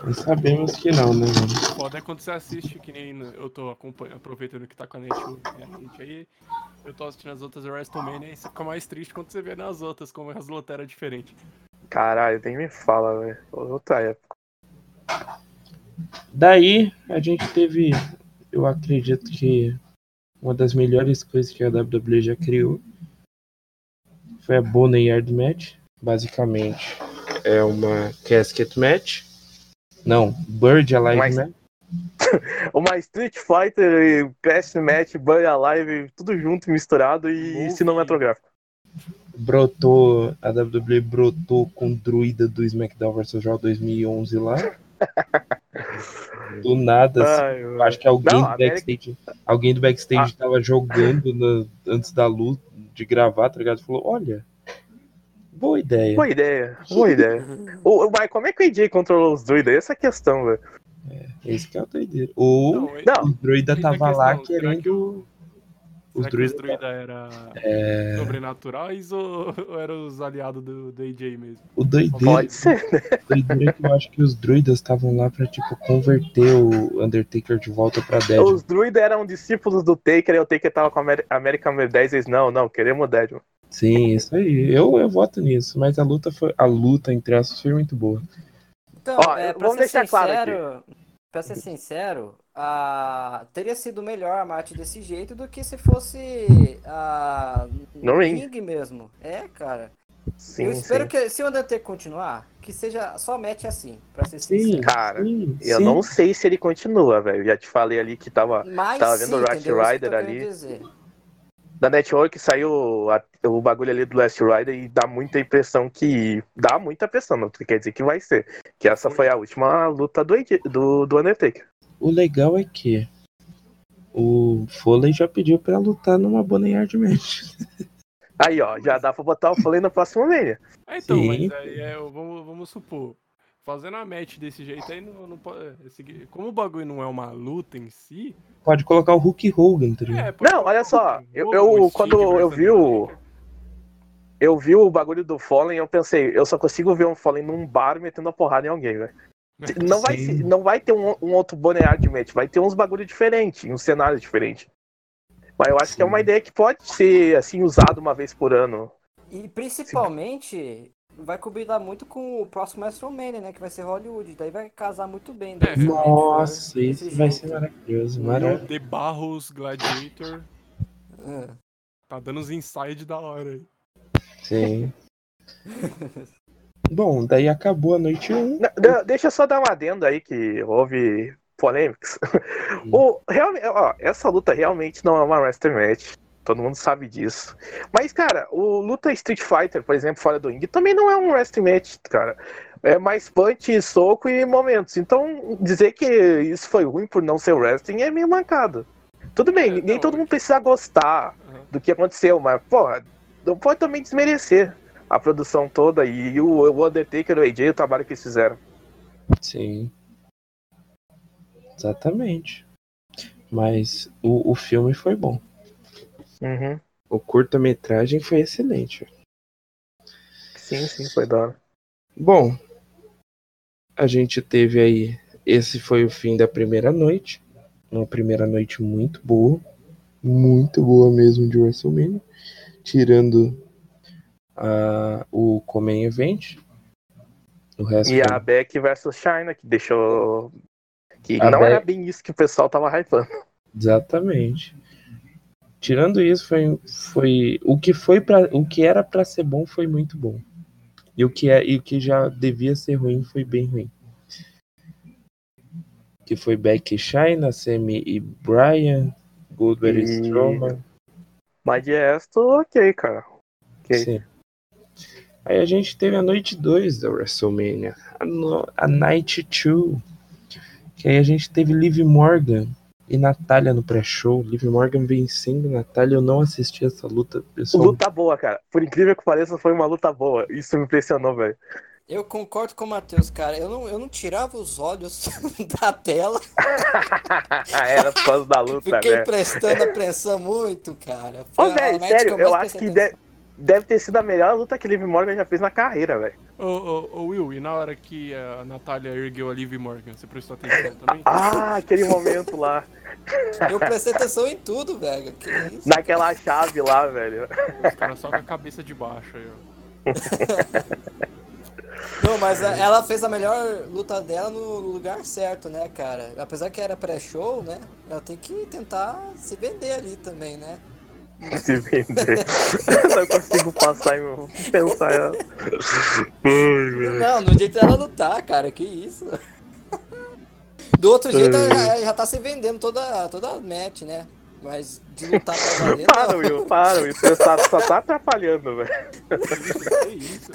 [SPEAKER 2] Mas sabemos que não, né, mano?
[SPEAKER 4] Foda é quando você assiste, que nem eu tô acompanhando, aproveitando que tá com a Network né, gente, aí. Eu tô assistindo as outras WrestleMania né, e você fica mais triste quando você vê nas outras, como as é lutas eram diferentes.
[SPEAKER 3] Caralho, nem me fala, velho. Outra época.
[SPEAKER 2] Daí a gente teve, eu acredito que uma das melhores coisas que a WWE já criou foi a Boneyard Match. Basicamente é uma Casket Match. Não, Bird Alive
[SPEAKER 3] Mas-
[SPEAKER 2] Match.
[SPEAKER 3] Uma Street Fighter, e Crash Match, Burn Alive, tudo junto, misturado e
[SPEAKER 4] Movie.
[SPEAKER 3] cinematográfico.
[SPEAKER 2] Brotou, a WWE brotou com o druida do SmackDown vs. Raw 2011 lá. Do nada, assim,
[SPEAKER 3] Ai,
[SPEAKER 2] Eu acho que alguém
[SPEAKER 3] Não,
[SPEAKER 2] do
[SPEAKER 3] a América-
[SPEAKER 2] backstage, alguém do backstage
[SPEAKER 4] Ah.
[SPEAKER 2] tava jogando na- antes da luz de gravar, tá ligado? Falou, olha, boa ideia.
[SPEAKER 3] Boa ideia, boa ideia. Ô, ô, Mas como é que o AJ controlou os druidas? Essa é a questão, velho.
[SPEAKER 2] Esse que é o doideiro. Ou
[SPEAKER 4] Não, e-
[SPEAKER 3] Não,
[SPEAKER 2] o druida
[SPEAKER 4] tem
[SPEAKER 2] tava
[SPEAKER 4] questão,
[SPEAKER 2] lá
[SPEAKER 4] será que
[SPEAKER 2] querendo.
[SPEAKER 4] o-
[SPEAKER 2] Os
[SPEAKER 4] será que
[SPEAKER 2] druidas.
[SPEAKER 4] os
[SPEAKER 2] tá-
[SPEAKER 4] druida era sobrenaturais ou, ou eram os aliados do, do AJ mesmo?
[SPEAKER 2] O doideiro,
[SPEAKER 3] pode ser.
[SPEAKER 2] o doideiro é que eu acho que os druidas estavam lá pra, tipo, converter o Undertaker de volta pra Deadman.
[SPEAKER 3] Os druidas eram discípulos do Taker e o Taker tava com a Amer- American 10 e eles, não, não, queremos o Deadman.
[SPEAKER 2] Sim, isso aí. Eu, eu voto nisso, mas a luta foi. A luta entre as foi muito boa.
[SPEAKER 5] Então,
[SPEAKER 3] Ó,
[SPEAKER 5] é,
[SPEAKER 3] eu-
[SPEAKER 5] pra
[SPEAKER 3] vamos
[SPEAKER 5] ser
[SPEAKER 3] deixar claro aqui.
[SPEAKER 5] sincero, pra ser sincero, a- teria sido melhor a mate desse jeito do que se fosse a
[SPEAKER 3] No ring.
[SPEAKER 5] mesmo. É, cara.
[SPEAKER 3] Sim,
[SPEAKER 5] Eu espero
[SPEAKER 3] sim.
[SPEAKER 5] que se o Undertaker continuar, que seja só match assim, pra ser
[SPEAKER 2] Sim,
[SPEAKER 5] sincero.
[SPEAKER 3] Cara,
[SPEAKER 2] sim,
[SPEAKER 3] Eu
[SPEAKER 2] sim.
[SPEAKER 3] não sei se ele continua, velho. Já te falei ali que tava.
[SPEAKER 5] Mas
[SPEAKER 3] Tava
[SPEAKER 5] sim,
[SPEAKER 3] vendo o Rush
[SPEAKER 5] entendeu? É Isso que eu
[SPEAKER 3] Rider
[SPEAKER 5] tô querendo
[SPEAKER 3] ali.
[SPEAKER 5] dizer.
[SPEAKER 3] da Network saiu a- o bagulho ali do Last Rider e dá muita impressão que. Dá muita impressão, não quer dizer que vai ser. Que essa foi a última luta do, Ed- do, do Undertaker.
[SPEAKER 2] O legal é que o Foley já pediu pra lutar numa Boneyard Match.
[SPEAKER 3] Aí, ó, já dá pra botar o Foley na próxima Mania.
[SPEAKER 4] É, então,
[SPEAKER 2] Sim.
[SPEAKER 4] mas aí é, eu- vamos, vamos supor. Fazendo a match desse jeito aí, não, não pode. esse- como o bagulho não é uma luta em si.
[SPEAKER 2] Pode colocar o Hulk Hogan, tá ligado?
[SPEAKER 4] é, pode
[SPEAKER 3] Não,
[SPEAKER 4] colocar
[SPEAKER 3] olha só,
[SPEAKER 4] o
[SPEAKER 3] eu-
[SPEAKER 4] Gold,
[SPEAKER 3] eu-
[SPEAKER 4] o Sting
[SPEAKER 3] quando eu
[SPEAKER 4] versus
[SPEAKER 3] vi o-
[SPEAKER 4] Undertaker.
[SPEAKER 3] Eu vi o bagulho do Fallen e eu pensei, eu só consigo ver um Fallen num bar metendo a porrada em alguém, velho.
[SPEAKER 2] *laughs*
[SPEAKER 3] Não vai,
[SPEAKER 2] Sim.
[SPEAKER 3] ser- não vai ter um, um outro Boneyard Match, vai ter uns bagulho diferente, um cenário diferente. Mas eu acho que é uma
[SPEAKER 2] Sim.
[SPEAKER 3] ideia que pode ser, assim, usada uma vez por ano.
[SPEAKER 5] E principalmente vai combinar muito com o próximo WrestleMania, né? Que vai ser Hollywood. Daí vai casar muito bem. né,
[SPEAKER 4] É.
[SPEAKER 5] esse
[SPEAKER 2] Nossa,
[SPEAKER 5] evento,
[SPEAKER 2] isso
[SPEAKER 5] esse é
[SPEAKER 2] vai
[SPEAKER 5] jeito.
[SPEAKER 2] ser maravilhoso.
[SPEAKER 5] Não.
[SPEAKER 2] Maravilhoso.
[SPEAKER 4] né? The Barros Gladiator.
[SPEAKER 5] Ah.
[SPEAKER 4] Tá dando uns inside da hora aí.
[SPEAKER 2] Sim.
[SPEAKER 5] *laughs*
[SPEAKER 2] Bom, daí acabou a noite 1.
[SPEAKER 3] Na- na- deixa eu só dar um adendo aí que houve polêmicas. *laughs* O, realmente, ó, essa luta realmente não é uma wrestling match. Todo mundo sabe disso. Mas, cara, o luta Street Fighter, por exemplo, fora do ring, também não é um wrestling match, cara. É mais punch, soco e momentos. Então, dizer que isso foi ruim por não ser wrestling é meio mancado. Tudo bem,
[SPEAKER 4] É,
[SPEAKER 3] nem
[SPEAKER 4] não,
[SPEAKER 3] todo
[SPEAKER 4] eu-
[SPEAKER 3] mundo precisa gostar
[SPEAKER 4] Aham.
[SPEAKER 3] do que aconteceu, mas, porra, não pode também desmerecer a produção toda e o, o Undertaker, o AJ, o trabalho que eles fizeram.
[SPEAKER 2] Sim. Exatamente. Mas o, o filme foi bom.
[SPEAKER 3] Uhum.
[SPEAKER 2] O curta-metragem foi excelente.
[SPEAKER 3] Sim, sim, foi da hora.
[SPEAKER 2] Bom, a gente teve aí. Esse foi o fim da primeira noite. Uma primeira noite muito boa. Muito boa mesmo de WrestleMania. Tirando ah, o Comen Event. O resto
[SPEAKER 3] E
[SPEAKER 2] foi
[SPEAKER 3] a Beck versus China, que deixou. Que
[SPEAKER 2] A
[SPEAKER 3] não
[SPEAKER 2] Beck-
[SPEAKER 3] era bem isso que o pessoal tava hypando.
[SPEAKER 2] Exatamente. Tirando isso, foi, foi o que foi para o que era para ser bom foi muito bom. E o que é e o que já devia ser ruim foi bem ruim. Que foi Beck e China, Sammy e Brian, Goldberg e
[SPEAKER 3] E-
[SPEAKER 2] Strowman.
[SPEAKER 3] Mas de resto, ok, cara. Ok.
[SPEAKER 2] Sim. Aí a gente teve a noite 2 da WrestleMania, a, no- a Night 2. Que aí a gente teve Liv Morgan e Natália no pré-show. Liv Morgan vencendo Natália. Eu não assisti essa luta, pessoal.
[SPEAKER 3] Luta boa, cara. Por incrível que pareça, foi uma luta boa. Isso me impressionou, velho. *laughs*
[SPEAKER 5] Eu concordo com o Matheus, cara. Eu não, eu não tirava os olhos *laughs* da tela.
[SPEAKER 3] era por causa da luta,
[SPEAKER 5] Fiquei
[SPEAKER 3] velho.
[SPEAKER 5] prestando
[SPEAKER 3] *laughs*
[SPEAKER 5] atenção muito, cara.
[SPEAKER 3] Ô,
[SPEAKER 5] Foi a
[SPEAKER 3] velho,
[SPEAKER 5] match
[SPEAKER 3] sério, eu
[SPEAKER 5] mais
[SPEAKER 3] acho que
[SPEAKER 5] prestei
[SPEAKER 3] deve, deve ter sido a melhor luta que Liv Morgan já fez na carreira, velho.
[SPEAKER 4] Ô, ô, ô, Will, e na hora que a Natália ergueu a Liv Morgan, você prestou atenção também?
[SPEAKER 3] Ah, aquele momento lá.
[SPEAKER 5] atenção. Eu prestei atenção em tudo, velho. Que isso?
[SPEAKER 3] Naquela chave lá, velho. *laughs*
[SPEAKER 4] Os caras só com a cabeça de baixo aí, ó.
[SPEAKER 5] Não, mas a- ela fez a melhor luta dela no lugar certo, né, cara? Apesar que era pré-show, né? Ela tem que tentar se vender ali também, né?
[SPEAKER 3] Se vender. *laughs* Não consigo passar e pensar. um. Ai, velho.
[SPEAKER 5] Não, no jeito dela lutar, cara, que isso. *laughs* Do outro jeito, ela já, já tá se vendendo toda, toda match, né? Mas de lutar
[SPEAKER 4] *laughs*
[SPEAKER 5] pra valer,
[SPEAKER 3] Para,
[SPEAKER 5] não.
[SPEAKER 3] Will, para, Will. Você tá, só tá atrapalhando, velho.
[SPEAKER 4] Que *laughs* isso?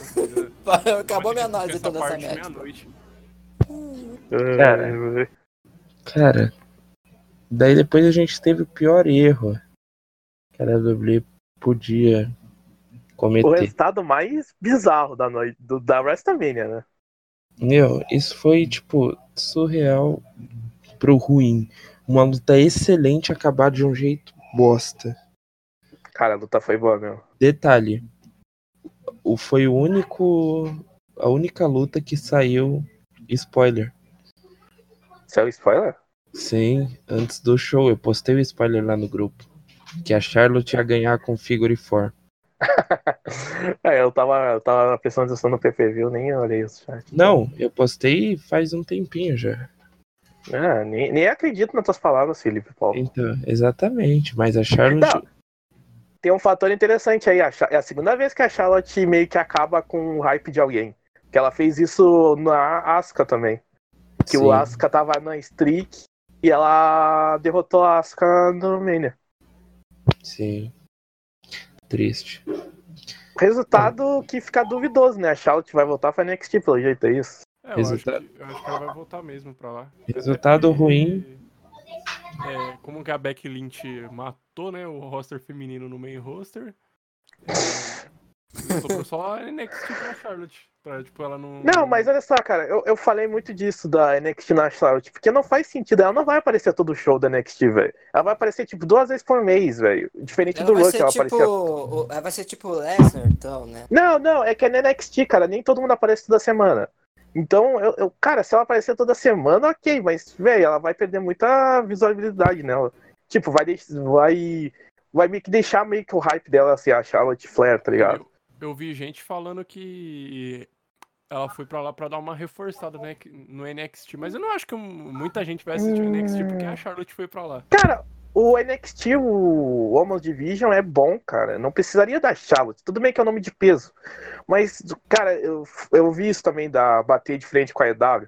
[SPEAKER 4] cara?
[SPEAKER 5] *laughs* Acabou minha análise
[SPEAKER 4] Essa
[SPEAKER 5] então dessa
[SPEAKER 4] parte,
[SPEAKER 5] match.
[SPEAKER 4] meia-noite.
[SPEAKER 2] Cara. Cara, daí depois a gente teve o pior erro que a WWE podia
[SPEAKER 3] O
[SPEAKER 2] cometer.
[SPEAKER 3] resultado mais bizarro da noite, do, da WrestleMania, né?
[SPEAKER 2] Meu, isso foi, tipo, surreal pro ruim. Uma luta excelente acabar de um jeito bosta.
[SPEAKER 3] Cara, a luta foi boa mesmo.
[SPEAKER 2] Detalhe, o foi o único a única luta que saiu spoiler.
[SPEAKER 3] Isso é um spoiler? *laughs*
[SPEAKER 2] Sim, antes do show eu postei o spoiler lá no grupo que a Charlotte ia ganhar com Figure 4.
[SPEAKER 3] É, eu tava, eu tava prestando atenção no PPV, nem olhei isso. cara.
[SPEAKER 2] Não, eu postei faz um tempinho já.
[SPEAKER 3] Ah, nem, nem acredito nas tuas palavras, Felipe Paulo.
[SPEAKER 2] Então, exatamente, mas a Charlotte
[SPEAKER 3] Tem um fator interessante aí. a Cha- É a segunda vez que a Charlotte meio que acaba com o hype de alguém. Que ela fez isso na Asuka também. Que
[SPEAKER 2] Sim.
[SPEAKER 3] o Asuka tava na streak e ela derrotou a Asuka no Mania.
[SPEAKER 2] Sim. Triste.
[SPEAKER 3] Resultado que fica duvidoso, né? A Charlotte vai voltar pra NXT, pelo jeito, é isso.
[SPEAKER 4] É, eu,
[SPEAKER 2] Resultado-
[SPEAKER 4] acho que, eu acho que ela vai voltar mesmo pra lá.
[SPEAKER 2] Resultado ruim.
[SPEAKER 4] É, como que a Becky Lynch matou, né, o roster feminino no main roster. É, sobrou só a NXT pra Charlotte. Pra, tipo, ela não...
[SPEAKER 3] Não, mas olha só, cara, eu, eu falei muito disso da NXT na Charlotte, tipo, porque não faz sentido, ela não vai aparecer todo show da NXT, velho. Ela vai aparecer, tipo, duas vezes por mês, velho. Diferente
[SPEAKER 5] Ela
[SPEAKER 3] do
[SPEAKER 5] vai
[SPEAKER 3] Raw, que
[SPEAKER 5] ser
[SPEAKER 3] ela
[SPEAKER 5] tipo.
[SPEAKER 3] aparecia.
[SPEAKER 5] o- Ela vai ser tipo o Lesnar, então, né?
[SPEAKER 3] Não, não, é que é na NXT, cara, nem todo mundo aparece toda semana. Então, eu, eu- cara, se ela aparecer toda semana, ok, mas, velho, ela vai perder muita visibilidade nela. Tipo, vai, deix- vai, vai meio que deixar meio que o hype dela, assim, a Charlotte Flair, tá ligado?
[SPEAKER 4] Eu, eu vi gente falando que ela foi pra lá pra dar uma reforçada né, que- no NXT, mas eu não acho que m- muita gente vai assistir o NXT porque a Charlotte foi pra lá.
[SPEAKER 3] Cara, o NXT, o Women's Division é bom, cara. Não precisaria da Charlotte. Tudo bem que é um nome de peso. Mas, cara, eu, eu vi isso também da bater de frente com a EW.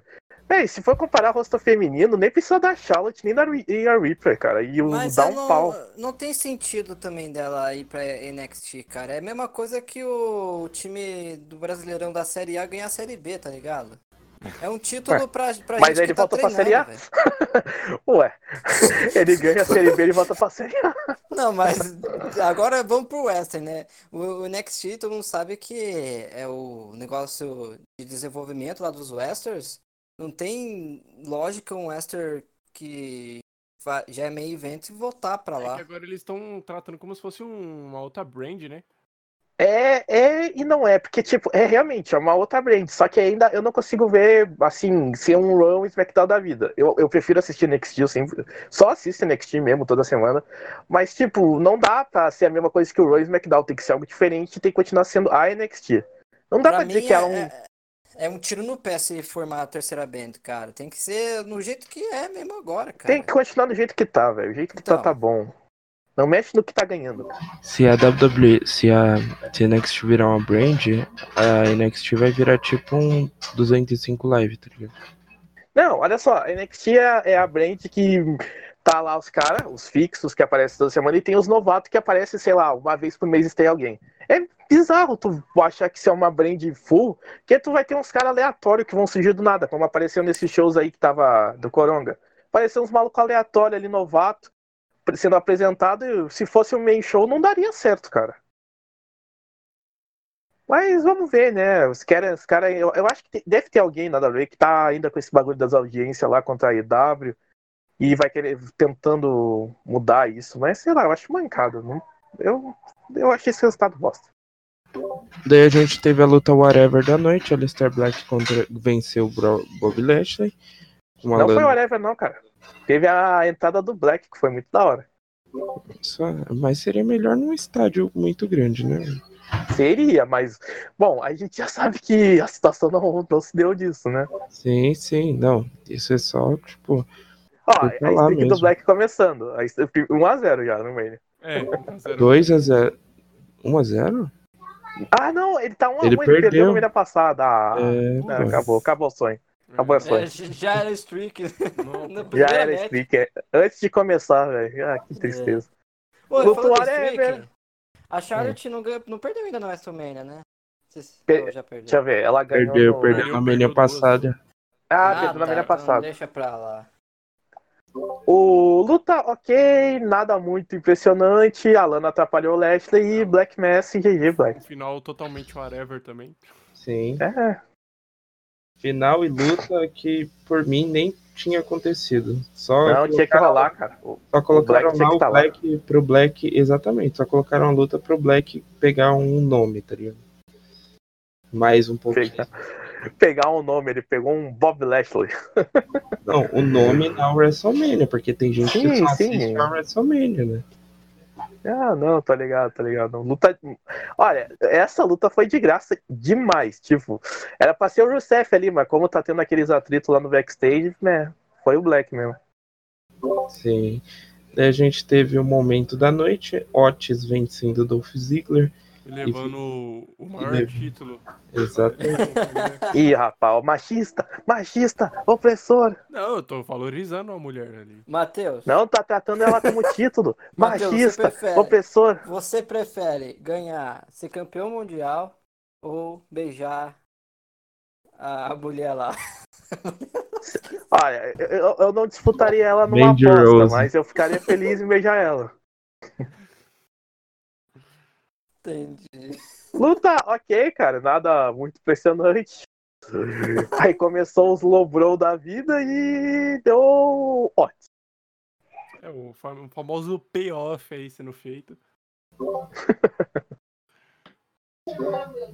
[SPEAKER 3] Véi, se for comparar rosto feminino, nem precisa da Charlotte, nem da Ri- e a Reaper, cara. E o
[SPEAKER 5] Mas é
[SPEAKER 3] dá
[SPEAKER 5] eu
[SPEAKER 3] um
[SPEAKER 5] não,
[SPEAKER 3] pau.
[SPEAKER 5] não tem sentido também dela ir pra NXT, cara. É a mesma coisa que o, o time do Brasileirão da Série A ganhar a Série B, tá ligado? É um título pra, pra
[SPEAKER 3] mas
[SPEAKER 5] gente
[SPEAKER 3] ele
[SPEAKER 5] que tá
[SPEAKER 3] volta pra Série A?
[SPEAKER 5] treinando, velho.
[SPEAKER 3] *laughs* Ué, ele ganha a Série B e volta pra Série A.
[SPEAKER 5] Não, mas *laughs* agora vamos pro Western, né? O, o NXT, todo mundo sabe que é o negócio de desenvolvimento lá dos Westerns. Não tem lógica um Western que fa- já é meio evento e voltar pra
[SPEAKER 4] É
[SPEAKER 5] lá.
[SPEAKER 4] que agora eles estão tratando como se fosse um- uma outra brand, né?
[SPEAKER 3] É, é e não é, porque, tipo, é realmente, é uma outra brand, só que ainda eu não consigo ver, assim, ser um Raw e SmackDown da vida. Eu, eu prefiro assistir NXT, eu sempre, só assisto NXT mesmo, toda semana, mas, tipo, não dá pra ser a mesma coisa que o Raw e SmackDown, tem que ser algo diferente, tem que continuar sendo a NXT. Não dá pra,
[SPEAKER 5] Pra
[SPEAKER 3] dizer
[SPEAKER 5] mim
[SPEAKER 3] que é,
[SPEAKER 5] é,
[SPEAKER 3] um...
[SPEAKER 5] é- é um tiro no pé se formar a terceira band, cara. Tem que ser no jeito que é mesmo agora, cara.
[SPEAKER 3] Tem que continuar do jeito que tá, velho, o jeito que tá
[SPEAKER 5] Então.
[SPEAKER 3] tá bom. Não mexe no que tá ganhando.
[SPEAKER 2] Se a WWE, se a, se a NXT virar uma brand, a NXT vai virar tipo um 205 live, tá ligado?
[SPEAKER 3] Não, olha só, a NXT é, é a brand que tá lá os caras, os fixos que aparecem toda semana, e tem os novatos que aparecem, sei lá, uma vez por mês tem alguém. É bizarro tu achar que isso é uma brand full, que tu vai ter uns caras aleatórios que vão surgir do nada, como apareceu nesses shows aí que tava do Coronga. Apareceu uns malucos aleatórios ali, novato, sendo apresentado, e se fosse um main show não daria certo, cara. Mas vamos ver, né? Os caras, os cara, eu, eu acho que te- deve ter alguém nada a ver que tá ainda com esse bagulho das audiências lá contra a EW e vai querer tentando mudar isso, mas sei lá, eu acho mancado. Não? Eu, eu achei esse resultado bosta.
[SPEAKER 2] Daí a gente teve a luta Whatever da noite, Alistair Black contra, venceu o Bro- Bob Lashley. Uma
[SPEAKER 3] não foi
[SPEAKER 2] lana-
[SPEAKER 3] whatever, não, cara. Teve a entrada do Black, que foi muito da hora.
[SPEAKER 2] Só- mas seria melhor num estádio muito grande, né?
[SPEAKER 3] Seria, mas. Bom, a gente já sabe que a situação não, não se deu disso, né?
[SPEAKER 2] Sim, sim, não. Isso é só, tipo,
[SPEAKER 3] Ó,
[SPEAKER 2] Foi pra
[SPEAKER 3] a
[SPEAKER 2] lá
[SPEAKER 3] streak do
[SPEAKER 2] mesmo.
[SPEAKER 3] Black começando. A streak- 1x0 já no meio.
[SPEAKER 4] É, tá zero.
[SPEAKER 2] 2 a 0 1 a 0
[SPEAKER 3] Ah, não, ele tá 1x1,
[SPEAKER 2] Ele
[SPEAKER 3] ele, perdeu.
[SPEAKER 2] perdeu.
[SPEAKER 3] no meio da passada. Ah,
[SPEAKER 2] É,
[SPEAKER 3] não,
[SPEAKER 2] pô.
[SPEAKER 3] acabou, acabou o sonho. acabou
[SPEAKER 4] É,
[SPEAKER 3] essa- foi.
[SPEAKER 5] já era streak. *laughs*
[SPEAKER 4] não,
[SPEAKER 5] Na
[SPEAKER 4] pô.
[SPEAKER 3] Já
[SPEAKER 5] primeira
[SPEAKER 3] era
[SPEAKER 5] match.
[SPEAKER 3] streak, é. antes de começar, velho. Ah, que tristeza.
[SPEAKER 5] Pô,
[SPEAKER 3] Lutou
[SPEAKER 5] falando de
[SPEAKER 3] whatever.
[SPEAKER 5] é streak, a
[SPEAKER 3] É.
[SPEAKER 5] Charlotte não, ganhou, não perdeu ainda no WrestleMania, né? Vocês-
[SPEAKER 3] Per-
[SPEAKER 5] Ou já perdeu.
[SPEAKER 3] Deixa eu ver, ela ganhou.
[SPEAKER 2] Perdeu,
[SPEAKER 3] no-
[SPEAKER 2] perdeu
[SPEAKER 4] Ganhou,
[SPEAKER 2] na mania
[SPEAKER 4] perdeu duas.
[SPEAKER 2] passada.
[SPEAKER 3] Ah, perdeu
[SPEAKER 5] tá,
[SPEAKER 3] na minha
[SPEAKER 5] então
[SPEAKER 3] passada.
[SPEAKER 5] Deixa pra lá.
[SPEAKER 3] O Luta, ok, nada muito impressionante. A Lana atrapalhou o Lashley e Black Mass GG, Black.
[SPEAKER 4] O um final totalmente whatever também.
[SPEAKER 2] Sim.
[SPEAKER 3] É,
[SPEAKER 2] Final e luta que, por mim, nem tinha acontecido. Só
[SPEAKER 3] não, tinha que
[SPEAKER 2] colocaram-
[SPEAKER 3] rolar, cara.
[SPEAKER 2] Só colocaram
[SPEAKER 3] Black tinha
[SPEAKER 2] lá
[SPEAKER 3] que
[SPEAKER 2] o
[SPEAKER 3] tá lá.
[SPEAKER 2] Black pro Black, exatamente. Só colocaram a luta pro Black pegar um nome, tá ligado? Mais um pouquinho.
[SPEAKER 3] Pegar, pegar um nome, ele pegou um Bob Lashley.
[SPEAKER 2] Não, o nome na WrestleMania, porque tem gente que
[SPEAKER 3] Sim, é.
[SPEAKER 2] só
[SPEAKER 3] sim.
[SPEAKER 2] assiste a WrestleMania, né?
[SPEAKER 3] Ah, não, tá ligado, tá ligado. Luta. Olha, essa luta foi de graça demais. Tipo, era pra ser o Rusev ali, mas como tá tendo aqueles atritos lá no backstage, né? Foi o
[SPEAKER 5] *laughs*
[SPEAKER 3] Black mesmo.
[SPEAKER 2] Sim. Daí a gente teve o momento da noite, Otis vencendo Dolph Ziggler.
[SPEAKER 4] E levando o- o maior
[SPEAKER 2] Ele-
[SPEAKER 4] título.
[SPEAKER 2] Exato.
[SPEAKER 3] Ih, rapaz, ó, machista, machista, opressor.
[SPEAKER 4] Não, eu tô valorizando a mulher ali.
[SPEAKER 5] Matheus,
[SPEAKER 3] Não, tá tratando
[SPEAKER 5] *laughs*
[SPEAKER 3] ela como título.
[SPEAKER 5] Mateus, você
[SPEAKER 3] machista,
[SPEAKER 5] prefere?
[SPEAKER 3] opressor.
[SPEAKER 5] você prefere ganhar, ser campeão mundial ou beijar a a mulher lá? *laughs*
[SPEAKER 3] Olha, eu- eu, eu não disputaria ela numa
[SPEAKER 2] Mandy
[SPEAKER 3] aposta,
[SPEAKER 2] Rose.
[SPEAKER 3] mas eu ficaria feliz em beijar ela.
[SPEAKER 5] Entendi.
[SPEAKER 3] Luta, ok, cara, nada muito impressionante. Aí começou os lowbrow da vida e deu. Ó,
[SPEAKER 4] É o fam- o famoso payoff aí sendo feito.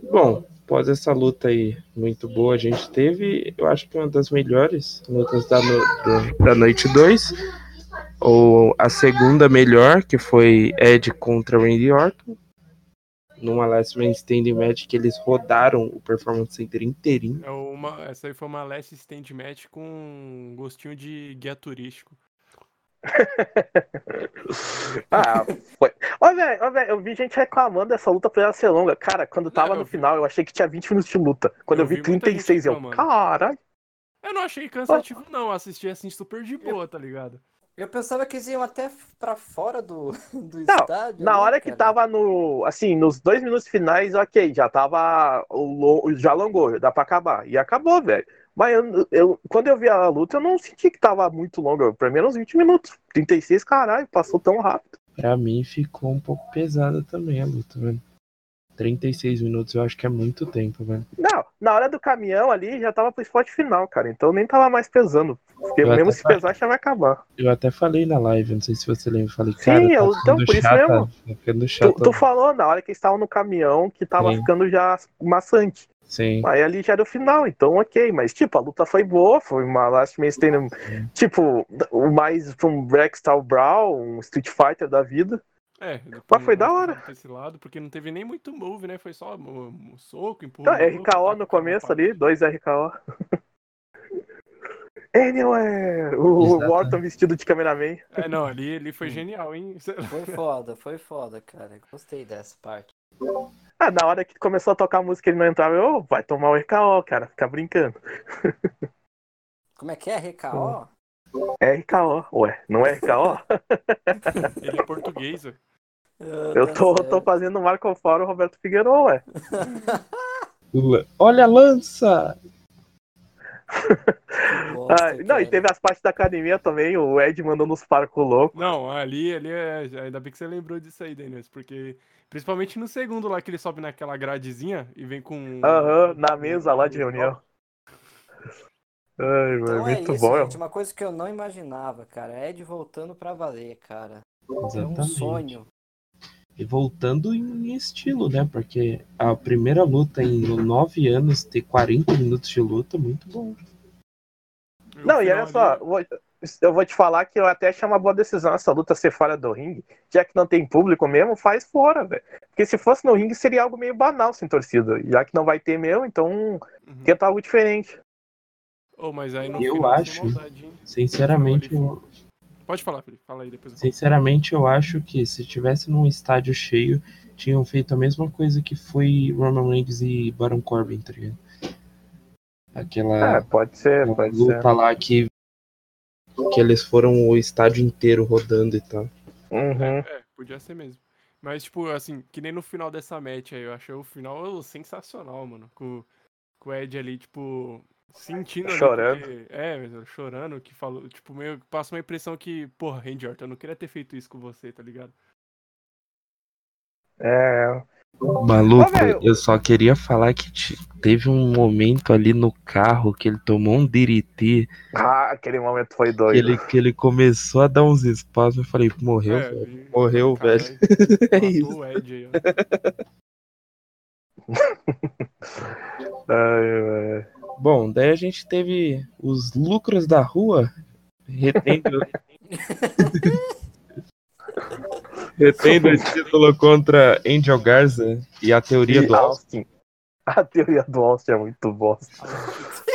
[SPEAKER 2] Bom, após essa luta aí muito boa, a gente teve, eu acho que uma das melhores lutas da, no- do- da noite 2, ou a segunda melhor, que foi Ed contra Randy Orton, numa Last Man Standing Match que eles rodaram o Performance Center inteirinho.
[SPEAKER 4] É uma, essa aí foi uma last stand match com um gostinho de guia turístico.
[SPEAKER 3] Ah, foi. Ó, velho, ó, velho, eu vi gente reclamando dessa luta pra ela ser longa. Cara, quando tava
[SPEAKER 4] Não, eu
[SPEAKER 3] no
[SPEAKER 4] vi.
[SPEAKER 3] final, eu achei que tinha 20 minutos de luta. Quando eu,
[SPEAKER 4] Eu
[SPEAKER 3] vi,
[SPEAKER 4] vi muita gente
[SPEAKER 3] 36, eu.
[SPEAKER 4] reclamando.
[SPEAKER 3] Caralho!
[SPEAKER 4] Eu não achei cansativo, não. Assisti assim super de boa, tá ligado?
[SPEAKER 5] Eu pensava que eles iam até pra fora do, *laughs* do
[SPEAKER 3] Não,
[SPEAKER 5] estádio.
[SPEAKER 3] Na
[SPEAKER 5] né,
[SPEAKER 3] hora que
[SPEAKER 5] cara?
[SPEAKER 3] tava no. Assim, nos dois minutos finais, ok, já tava. o lo- Já alongou, dá pra acabar. E acabou, velho. Mas eu, eu- quando eu vi a luta, eu não senti que tava muito longa. Pra mim, era uns 20 minutos. 36, caralho, passou tão rápido.
[SPEAKER 2] Pra mim ficou um pouco pesada também a luta, velho. 36 minutos eu acho que é muito tempo, velho.
[SPEAKER 3] Não, na hora do caminhão ali, já tava pro spot final, cara. Então nem tava mais pesando. Porque
[SPEAKER 2] Eu
[SPEAKER 3] mesmo
[SPEAKER 2] até
[SPEAKER 3] se pesar, já vai acabar.
[SPEAKER 2] Eu até falei na live, não sei se você lembra, eu falei,
[SPEAKER 3] Sim,
[SPEAKER 2] cara,
[SPEAKER 3] eu-
[SPEAKER 2] tá
[SPEAKER 3] então,
[SPEAKER 2] ficando
[SPEAKER 3] por isso
[SPEAKER 2] chata,
[SPEAKER 3] mesmo.
[SPEAKER 2] tá ficando
[SPEAKER 3] Tu,
[SPEAKER 2] chato.
[SPEAKER 3] tu falou na hora que eles estavam no caminhão que tava
[SPEAKER 2] Sim.
[SPEAKER 3] ficando já maçante.
[SPEAKER 2] Sim.
[SPEAKER 3] Aí ali já era o final, então ok. Mas tipo, a luta foi boa, foi uma last man standing. Tipo, o mais pra um Braxtal Brown, um Street Fighter da vida.
[SPEAKER 4] É.
[SPEAKER 3] Mas foi da hora.
[SPEAKER 4] Pra esse lado, porque não teve nem muito move, né? Foi só um, um soco, empurro.
[SPEAKER 3] Então, RKO no começo ali, dois *laughs* RKO. Anywhere! O
[SPEAKER 2] Exatamente.
[SPEAKER 3] Wharton vestido de cameraman.
[SPEAKER 4] É, não, ali, ali
[SPEAKER 3] Hum.
[SPEAKER 4] foi genial, hein? Sei lá.
[SPEAKER 5] Foi foda, foi foda, cara. Gostei dessa parte.
[SPEAKER 3] Ah, na hora que começou a tocar a música ele não entrava, eu, "Ô, vai tomar o RKO, cara, fica brincando.
[SPEAKER 5] Como é que é?
[SPEAKER 3] Hum.
[SPEAKER 5] RKO?
[SPEAKER 3] É RKO, ué, não é RKO?
[SPEAKER 4] Ele é português, ó.
[SPEAKER 3] Eu
[SPEAKER 5] é
[SPEAKER 3] tô, tô fazendo Marco Fora o Roberto Figueiredo, ué.
[SPEAKER 2] Olha a lança!
[SPEAKER 3] Ah, não, e teve as partes da academia também, o Ed mandando os parcos loucos.
[SPEAKER 4] Não, ali, ali é. Ainda bem que você lembrou disso aí, Daniels, porque. Principalmente no segundo lá que ele sobe naquela gradezinha e vem com. um
[SPEAKER 3] Aham, na mesa lá de reunião. Ai, mano,
[SPEAKER 5] Então é
[SPEAKER 3] muito
[SPEAKER 5] isso,
[SPEAKER 3] bom.
[SPEAKER 5] gente. Uma coisa que eu não imaginava, cara. É Ed voltando pra valer, cara. É um
[SPEAKER 2] Exatamente.
[SPEAKER 5] sonho.
[SPEAKER 2] E voltando em estilo, né? Porque a primeira luta em nove anos ter 40 minutos de luta, muito bom.
[SPEAKER 4] no
[SPEAKER 3] Não, e
[SPEAKER 4] final
[SPEAKER 3] olha só,
[SPEAKER 4] ali-
[SPEAKER 3] eu vou, eu vou te falar que eu até achei uma boa decisão essa luta ser fora do ringue, já que não tem público mesmo, faz fora, velho. Porque se fosse no ringue seria algo meio banal sem torcida, já que não vai ter mesmo, então
[SPEAKER 4] Uhum.
[SPEAKER 3] tenta algo diferente.
[SPEAKER 4] Ô, mas aí no
[SPEAKER 2] Eu
[SPEAKER 4] final, sem
[SPEAKER 2] acho.
[SPEAKER 4] maldade, hein?
[SPEAKER 2] Sinceramente, eu,
[SPEAKER 4] Pode falar, Felipe. Fala aí depois. eu falo.
[SPEAKER 2] sinceramente, eu acho que se tivesse num estádio cheio, tinham feito a mesma coisa que foi Roman Reigns e Baron Corbin, tá ligado?
[SPEAKER 3] É,
[SPEAKER 2] Aquela
[SPEAKER 3] pode ser, pode ser.
[SPEAKER 2] luta lá que, que eles foram o estádio inteiro rodando e tal.
[SPEAKER 3] Uhum.
[SPEAKER 4] É, podia ser mesmo. Mas, tipo, assim, que nem no final dessa match aí, eu achei o final sensacional, mano. Com, com o Ed ali, tipo, sentindo. ali,
[SPEAKER 3] Chorando.
[SPEAKER 4] porque- é, mas, chorando, que falou, tipo, meio passa uma impressão que, porra, Randy Orton, eu não queria ter feito isso com você, tá ligado?
[SPEAKER 3] É,
[SPEAKER 2] Maluco,
[SPEAKER 3] Ô, velho.
[SPEAKER 2] eu só queria falar que te- teve um momento ali no carro que ele tomou um diriti,
[SPEAKER 3] Ah, aquele momento foi
[SPEAKER 2] que
[SPEAKER 3] doido.
[SPEAKER 2] ele, que ele começou a dar uns espasmos, eu falei, morreu,
[SPEAKER 4] É,
[SPEAKER 2] velho.
[SPEAKER 4] e-
[SPEAKER 2] Morreu,
[SPEAKER 4] caralho,
[SPEAKER 2] velho. É
[SPEAKER 4] matou
[SPEAKER 2] isso.
[SPEAKER 4] o Ed aí, ó.
[SPEAKER 3] Ai, ai.
[SPEAKER 2] Bom, daí a gente teve os lucros da rua *laughs* retendo, retendo o título contra Angel Garza e a teoria
[SPEAKER 3] E
[SPEAKER 2] do Alves.
[SPEAKER 3] Austin. A teoria do Austin é muito bosta.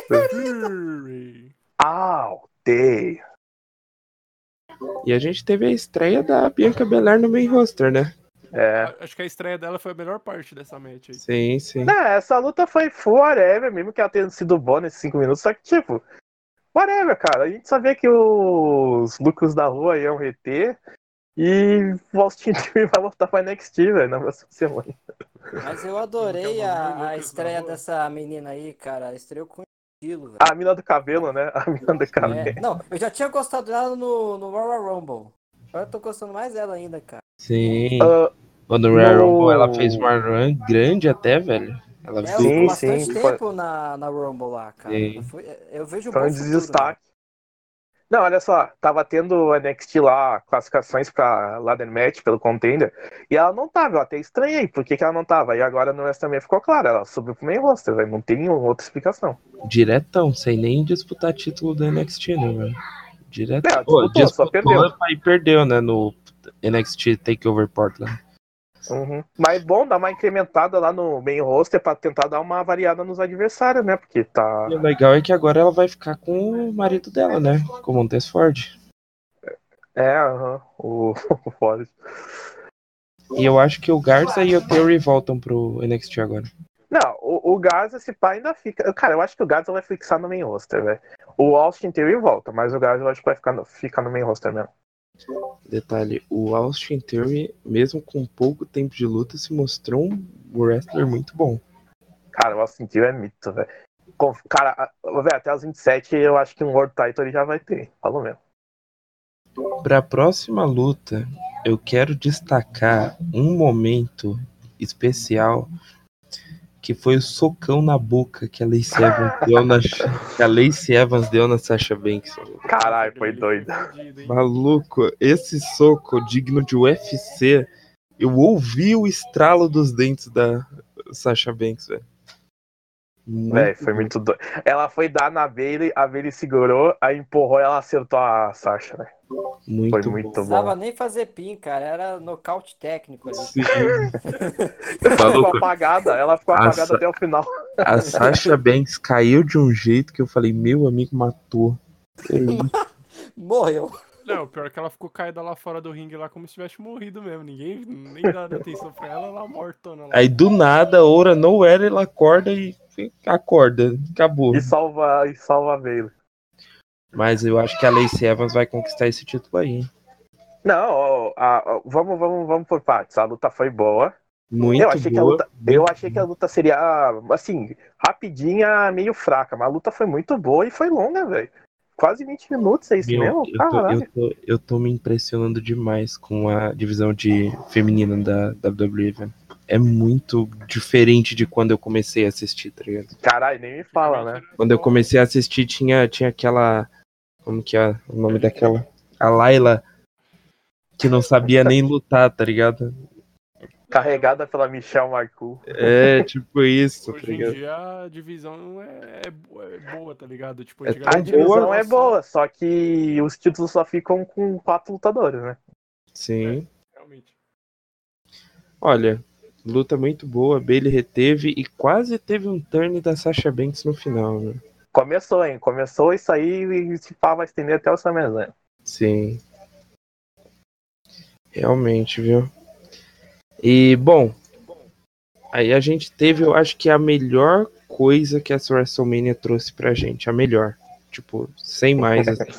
[SPEAKER 4] Fury.
[SPEAKER 3] Alter.
[SPEAKER 2] E a gente teve a estreia da Bianca Belair no main roster, né?
[SPEAKER 3] É.
[SPEAKER 4] A- Acho que a estreia dela foi a melhor parte dessa match aí.
[SPEAKER 2] Sim, sim.
[SPEAKER 3] Não, essa luta foi whatever, mesmo que ela tenha sido boa nesses 5 minutos, só que, tipo, whatever, cara. A gente sabia que os lucros da rua é iam reter e o Austin *laughs* Theory vai voltar pra NXT, velho, na próxima semana.
[SPEAKER 5] Mas eu adorei
[SPEAKER 4] Nunca
[SPEAKER 5] a,
[SPEAKER 4] ouvi
[SPEAKER 5] a
[SPEAKER 4] Lucas na
[SPEAKER 5] estreia
[SPEAKER 4] rua.
[SPEAKER 5] dessa menina aí, cara. Estreou com estilo, velho.
[SPEAKER 3] A mina do cabelo, né? A mina do cabelo.
[SPEAKER 5] É, Não, eu já tinha gostado dela no, no Royal Rumble. Agora eu tô gostando mais dela ainda, cara.
[SPEAKER 2] Sim.
[SPEAKER 3] Ah,
[SPEAKER 2] Quando o Royal
[SPEAKER 3] no-
[SPEAKER 2] Rumble, ela fez uma run grande até, velho. Ela
[SPEAKER 5] Ela
[SPEAKER 2] fez.
[SPEAKER 5] ficou
[SPEAKER 3] Sim,
[SPEAKER 5] É, bastante
[SPEAKER 3] sim,
[SPEAKER 5] tempo na, na Rumble lá, cara.
[SPEAKER 2] Sim.
[SPEAKER 5] Eu, fui- eu vejo um
[SPEAKER 3] Foi um
[SPEAKER 5] bom futuro,
[SPEAKER 3] destaque. Não, olha só, tava tendo a NXT lá, classificações pra Ladder Match pelo Contender, e ela não tava, eu até estranhei por que, que ela não tava, e agora no também ficou claro, ela subiu pro meio roster, velho, não tem outra explicação.
[SPEAKER 2] Diretão, sem nem disputar título da NXT, né, velho? Direto.
[SPEAKER 3] É,
[SPEAKER 2] Pô,
[SPEAKER 3] disputou, só perdeu.
[SPEAKER 2] E perdeu, né, no NXT Takeover Portland.
[SPEAKER 3] Uhum. Mas bom dar uma incrementada lá no main roster pra tentar dar uma variada nos adversários, né, porque tá...
[SPEAKER 2] E o legal é que agora ela vai ficar com o marido dela, né? Com o Montes Ford.
[SPEAKER 3] É, aham, o, *laughs* o Forrest.
[SPEAKER 2] E eu acho que o Garza e o Theory voltam pro NXT agora.
[SPEAKER 3] Não, o, o Garza, esse pá, ainda fica. Cara, eu acho que o Garza vai fixar no main roster, velho. O Austin Theory volta, mas o Garza eu acho que vai ficar no, fica no main roster mesmo.
[SPEAKER 2] Detalhe, o Austin Theory, mesmo com pouco tempo de luta, se mostrou um wrestler muito bom.
[SPEAKER 3] Cara, o Austin Theory é mito, velho. Com- Cara, a- velho, até os 27 eu acho que um World Title ele já vai ter, pelo menos.
[SPEAKER 2] Para a próxima luta, eu quero destacar um momento especial que foi o socão na boca que a Lacey Evans deu na, que a Lacey Evans deu na Sasha Banks.
[SPEAKER 3] Caralho, foi
[SPEAKER 4] Ele
[SPEAKER 3] doido.
[SPEAKER 4] fudido, hein?
[SPEAKER 2] Maluco, esse soco digno de UFC, eu ouvi o estralo dos dentes da Sasha Banks, velho. Muito
[SPEAKER 3] Velho, foi muito doido. Ela foi dar na Bailey, a Bailey segurou, aí empurrou e ela acertou a Sasha, né?
[SPEAKER 2] Muito
[SPEAKER 3] Foi
[SPEAKER 2] bom.
[SPEAKER 3] muito
[SPEAKER 5] Não
[SPEAKER 3] tá bom.
[SPEAKER 5] precisava nem fazer pin, cara. Era nocaute técnico. ali.
[SPEAKER 2] Sim.
[SPEAKER 3] Ela ficou
[SPEAKER 2] *laughs* Maluco,
[SPEAKER 3] apagada, ela ficou apagada
[SPEAKER 2] Tá Nossa.
[SPEAKER 3] até o final.
[SPEAKER 2] a Sasha Banks caiu de um jeito que eu falei, meu amigo matou. Que isso?
[SPEAKER 5] Morreu.
[SPEAKER 4] Não, pior é que ela ficou caída lá fora do ringue lá como se tivesse morrido mesmo. Ninguém nem dá atenção pra ela, ela é mortona
[SPEAKER 3] É
[SPEAKER 4] lá.
[SPEAKER 2] Aí do nada, a Oura não era, ela acorda e acorda, acabou.
[SPEAKER 3] E salva, e salva a Bailey.
[SPEAKER 2] Mas eu acho que a Lacey Evans vai conquistar esse título aí. hein?
[SPEAKER 3] Não, ó, a- ó, vamos, vamos, vamos por partes. A luta foi boa.
[SPEAKER 2] Muito
[SPEAKER 3] eu achei que a
[SPEAKER 2] boa.
[SPEAKER 3] luta, eu achei que a luta seria assim, rapidinha, meio fraca, mas a luta foi muito boa e foi longa, velho. Quase 20 minutos, é isso
[SPEAKER 2] Meu,
[SPEAKER 3] mesmo?
[SPEAKER 2] eu, tô,
[SPEAKER 3] Caralho.
[SPEAKER 2] eu, tô, eu tô me impressionando demais com a divisão de feminina da WWE, velho. É muito diferente de quando eu comecei a assistir, tá ligado?
[SPEAKER 3] Caralho, nem me fala, né?
[SPEAKER 2] Quando eu comecei a assistir, tinha, tinha aquela. Como que é o nome daquela? A Laila, que não sabia nem lutar, tá ligado?
[SPEAKER 3] Carregada pela Michelle Marcoux.
[SPEAKER 2] É, tipo isso, tá
[SPEAKER 4] Hoje em
[SPEAKER 2] ligado?
[SPEAKER 4] dia a divisão é, é bo- é boa, tá ligado? Tipo,
[SPEAKER 2] É
[SPEAKER 4] antigamente assim,
[SPEAKER 2] tão
[SPEAKER 3] A divisão
[SPEAKER 2] boa,
[SPEAKER 3] é boa, só que os títulos só ficam com quatro lutadores, né?
[SPEAKER 4] né?
[SPEAKER 2] Sim.
[SPEAKER 4] Realmente.
[SPEAKER 2] Olha, luta muito boa, Bailey reteve e quase teve um turn da Sasha Banks no final, né?
[SPEAKER 3] Começou, hein? Começou isso aí e se pá, vai estender até o né? SummerSlam.
[SPEAKER 2] Sim. Realmente, viu? E, bom, aí a gente teve, eu acho que a melhor coisa que essa WrestleMania trouxe pra gente. A melhor. Tipo, sem mais.
[SPEAKER 4] *laughs*
[SPEAKER 2] assim.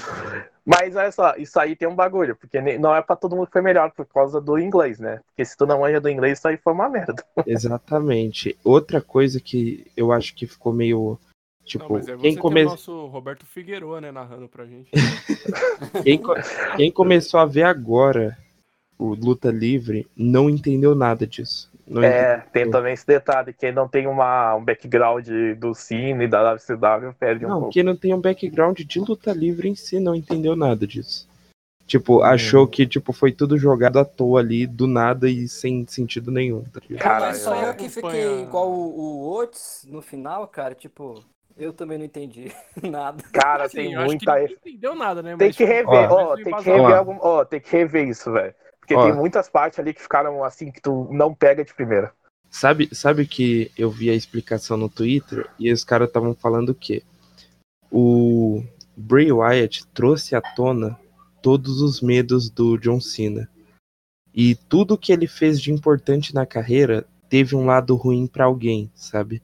[SPEAKER 3] Mas olha só, isso aí tem um bagulho, porque ne- não é pra todo mundo que foi melhor por causa do inglês, né? Porque se tu não manja do inglês, isso aí foi uma merda.
[SPEAKER 2] Exatamente. Outra coisa que eu acho que ficou meio.
[SPEAKER 4] Não,
[SPEAKER 2] Tipo,
[SPEAKER 4] mas é você
[SPEAKER 2] quem,
[SPEAKER 4] ter
[SPEAKER 2] come...
[SPEAKER 4] o nosso Roberto Figueiredo, né, narrando pra gente.
[SPEAKER 2] quem, co- quem começou a ver agora o Luta Livre não entendeu nada disso. Não
[SPEAKER 3] É,
[SPEAKER 2] entendeu.
[SPEAKER 3] tem também esse detalhe, quem não tem uma, um background do cine da WCW perde um
[SPEAKER 2] Não,
[SPEAKER 3] pouco.
[SPEAKER 2] quem não tem um background de luta livre em si não entendeu nada disso. Tipo, achou que tipo, foi tudo jogado à toa ali, do nada e sem sentido nenhum. tá ligado?
[SPEAKER 3] Caralho,
[SPEAKER 5] Mas só
[SPEAKER 4] é
[SPEAKER 3] né?
[SPEAKER 5] eu que fiquei
[SPEAKER 4] Acompanha-
[SPEAKER 5] igual o, o Otis no final, cara. Tipo, eu também não entendi *laughs* nada.
[SPEAKER 3] *laughs* Cara,
[SPEAKER 4] Assim,
[SPEAKER 3] tem
[SPEAKER 4] eu acho que
[SPEAKER 3] muita.
[SPEAKER 4] ninguém entendeu nada, né?
[SPEAKER 3] Tem
[SPEAKER 4] mas,
[SPEAKER 3] que
[SPEAKER 4] tipo,
[SPEAKER 3] rever,
[SPEAKER 4] pelo
[SPEAKER 3] ó,
[SPEAKER 4] menos o
[SPEAKER 3] tem que
[SPEAKER 4] embasamento.
[SPEAKER 3] rever
[SPEAKER 2] Ó.
[SPEAKER 3] algum. Ó, tem que rever isso, velho. Porque
[SPEAKER 2] Ó.
[SPEAKER 3] tem muitas partes ali que ficaram assim que tu não pega de primeira.
[SPEAKER 2] Sabe, sabe que eu vi a explicação no Twitter e os caras estavam falando que o Bray Wyatt trouxe à tona todos os medos do John Cena. E tudo que ele fez de importante na carreira teve um lado ruim pra alguém, sabe?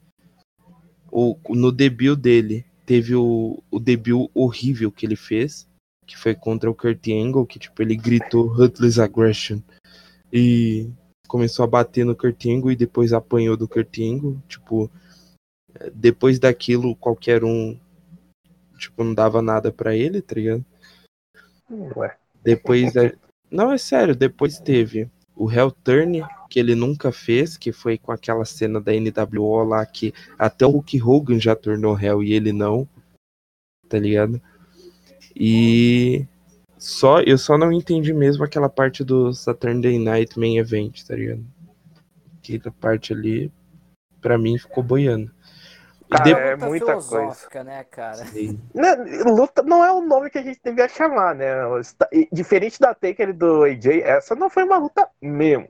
[SPEAKER 2] O, no debut dele, teve o, o debut horrível que ele fez, que foi contra o Kurt Angle, que tipo, ele gritou Ruthless Aggression e começou a bater no Kurt Angle e depois apanhou do Kurt Angle, tipo, depois daquilo qualquer um tipo não dava nada pra ele, tá ligado? Hum,
[SPEAKER 3] Ué.
[SPEAKER 2] Depois da- Não, é sério, depois teve o Hell Turn, que ele nunca fez, que foi com aquela cena da NWO lá que até o Hulk Hogan já tornou Hell e ele não. Tá ligado? E só eu só não entendi mesmo aquela parte do Saturday Night Main Event, tá ligado? Aquela parte ali pra mim ficou boiando. E
[SPEAKER 3] Cara,
[SPEAKER 2] depois-
[SPEAKER 3] é
[SPEAKER 5] Luta
[SPEAKER 3] muita coisa.
[SPEAKER 5] filosófica, né, cara?
[SPEAKER 3] Né, luta não é o nome que a gente devia chamar, né? Está- e Diferente da Taker e do AJ, essa não foi uma luta mesmo.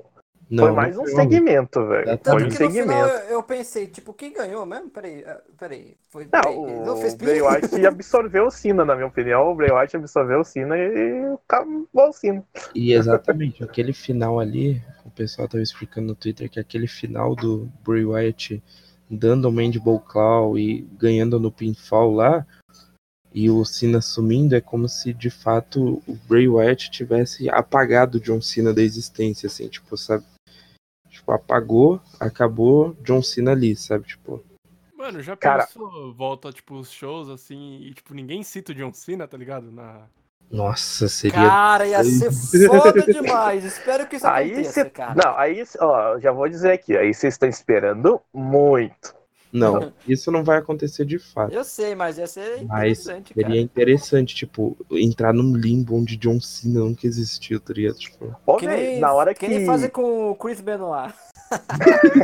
[SPEAKER 2] Não,
[SPEAKER 3] foi mais
[SPEAKER 2] não
[SPEAKER 3] um
[SPEAKER 2] foi uma luta.
[SPEAKER 3] segmento, velho.
[SPEAKER 2] Tanto
[SPEAKER 3] Foi
[SPEAKER 5] Tanto
[SPEAKER 3] um
[SPEAKER 5] que no final
[SPEAKER 3] segmento.
[SPEAKER 5] eu, eu pensei, tipo, quem ganhou mesmo? Peraí, ah, peraí. Foi, peraí, ele
[SPEAKER 3] Não, o Bray
[SPEAKER 5] piada.
[SPEAKER 3] Wyatt absorveu o Cena, na minha opinião. O Bray Wyatt absorveu o Cena e acabou o Cena.
[SPEAKER 2] E exatamente, aquele final ali, o pessoal tava explicando no Twitter que aquele final do Bray Wyatt dando o Mandible Claw e ganhando no pinfall lá, e o Cena sumindo, é como se de fato o Bray Wyatt tivesse apagado John Cena da existência, assim, tipo, sabe? Tipo, apagou, acabou John Cena ali, sabe? Tipo,
[SPEAKER 4] Mano, já
[SPEAKER 3] Cara-
[SPEAKER 4] pensou, volta, tipo, os shows, assim, e, tipo, ninguém cita o John Cena, tá ligado? Na...
[SPEAKER 2] nossa, *laughs* seria.
[SPEAKER 5] Cara, ia ser foda demais. Espero que isso
[SPEAKER 3] Aí
[SPEAKER 5] aconteça,
[SPEAKER 3] cê-
[SPEAKER 5] cara.
[SPEAKER 3] Não, aí, ó, já vou dizer aqui, aí vocês estão esperando muito.
[SPEAKER 2] *laughs* Não, isso não vai acontecer de fato.
[SPEAKER 5] Eu sei, mas ia ser
[SPEAKER 2] Mas
[SPEAKER 5] interessante, cara.
[SPEAKER 2] Seria interessante, tipo, entrar num limbo onde John Cena nunca existiu, tá ligado? Tipo,
[SPEAKER 3] Ó,
[SPEAKER 5] Que
[SPEAKER 3] véi,
[SPEAKER 5] nem-
[SPEAKER 3] na hora
[SPEAKER 5] que
[SPEAKER 3] que.
[SPEAKER 5] nem fazer com o Chris Benoit.
[SPEAKER 3] *laughs*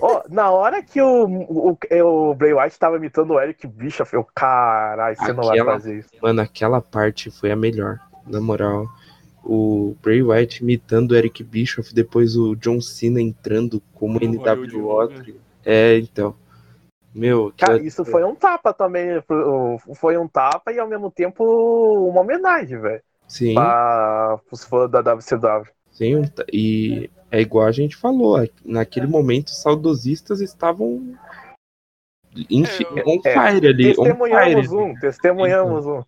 [SPEAKER 3] Ó, na hora que o, o, o Bray White tava imitando o Eric Bischoff, eu, caralho, você não vai
[SPEAKER 2] Aquela-
[SPEAKER 3] fazer isso.
[SPEAKER 2] mano, aquela parte foi a melhor, na moral. O Bray White imitando o Eric Bischoff, depois o John Cena entrando como
[SPEAKER 4] Como
[SPEAKER 2] NWO.
[SPEAKER 4] Hollywood,
[SPEAKER 2] tá ligado? É, então. Meu,
[SPEAKER 3] Cara,
[SPEAKER 2] que-
[SPEAKER 3] isso foi um tapa também. pro- Foi um tapa e ao mesmo tempo uma homenagem, velho.
[SPEAKER 2] Sim,
[SPEAKER 3] Pra os fãs da WCW.
[SPEAKER 2] sim. um ta- E é igual a gente falou, a- naquele momento os saudosistas estavam. Enfim,
[SPEAKER 4] É,
[SPEAKER 2] on
[SPEAKER 3] é,
[SPEAKER 2] fire ali. On
[SPEAKER 3] Testemunhamos
[SPEAKER 2] fire,
[SPEAKER 3] um, testemunhamos um.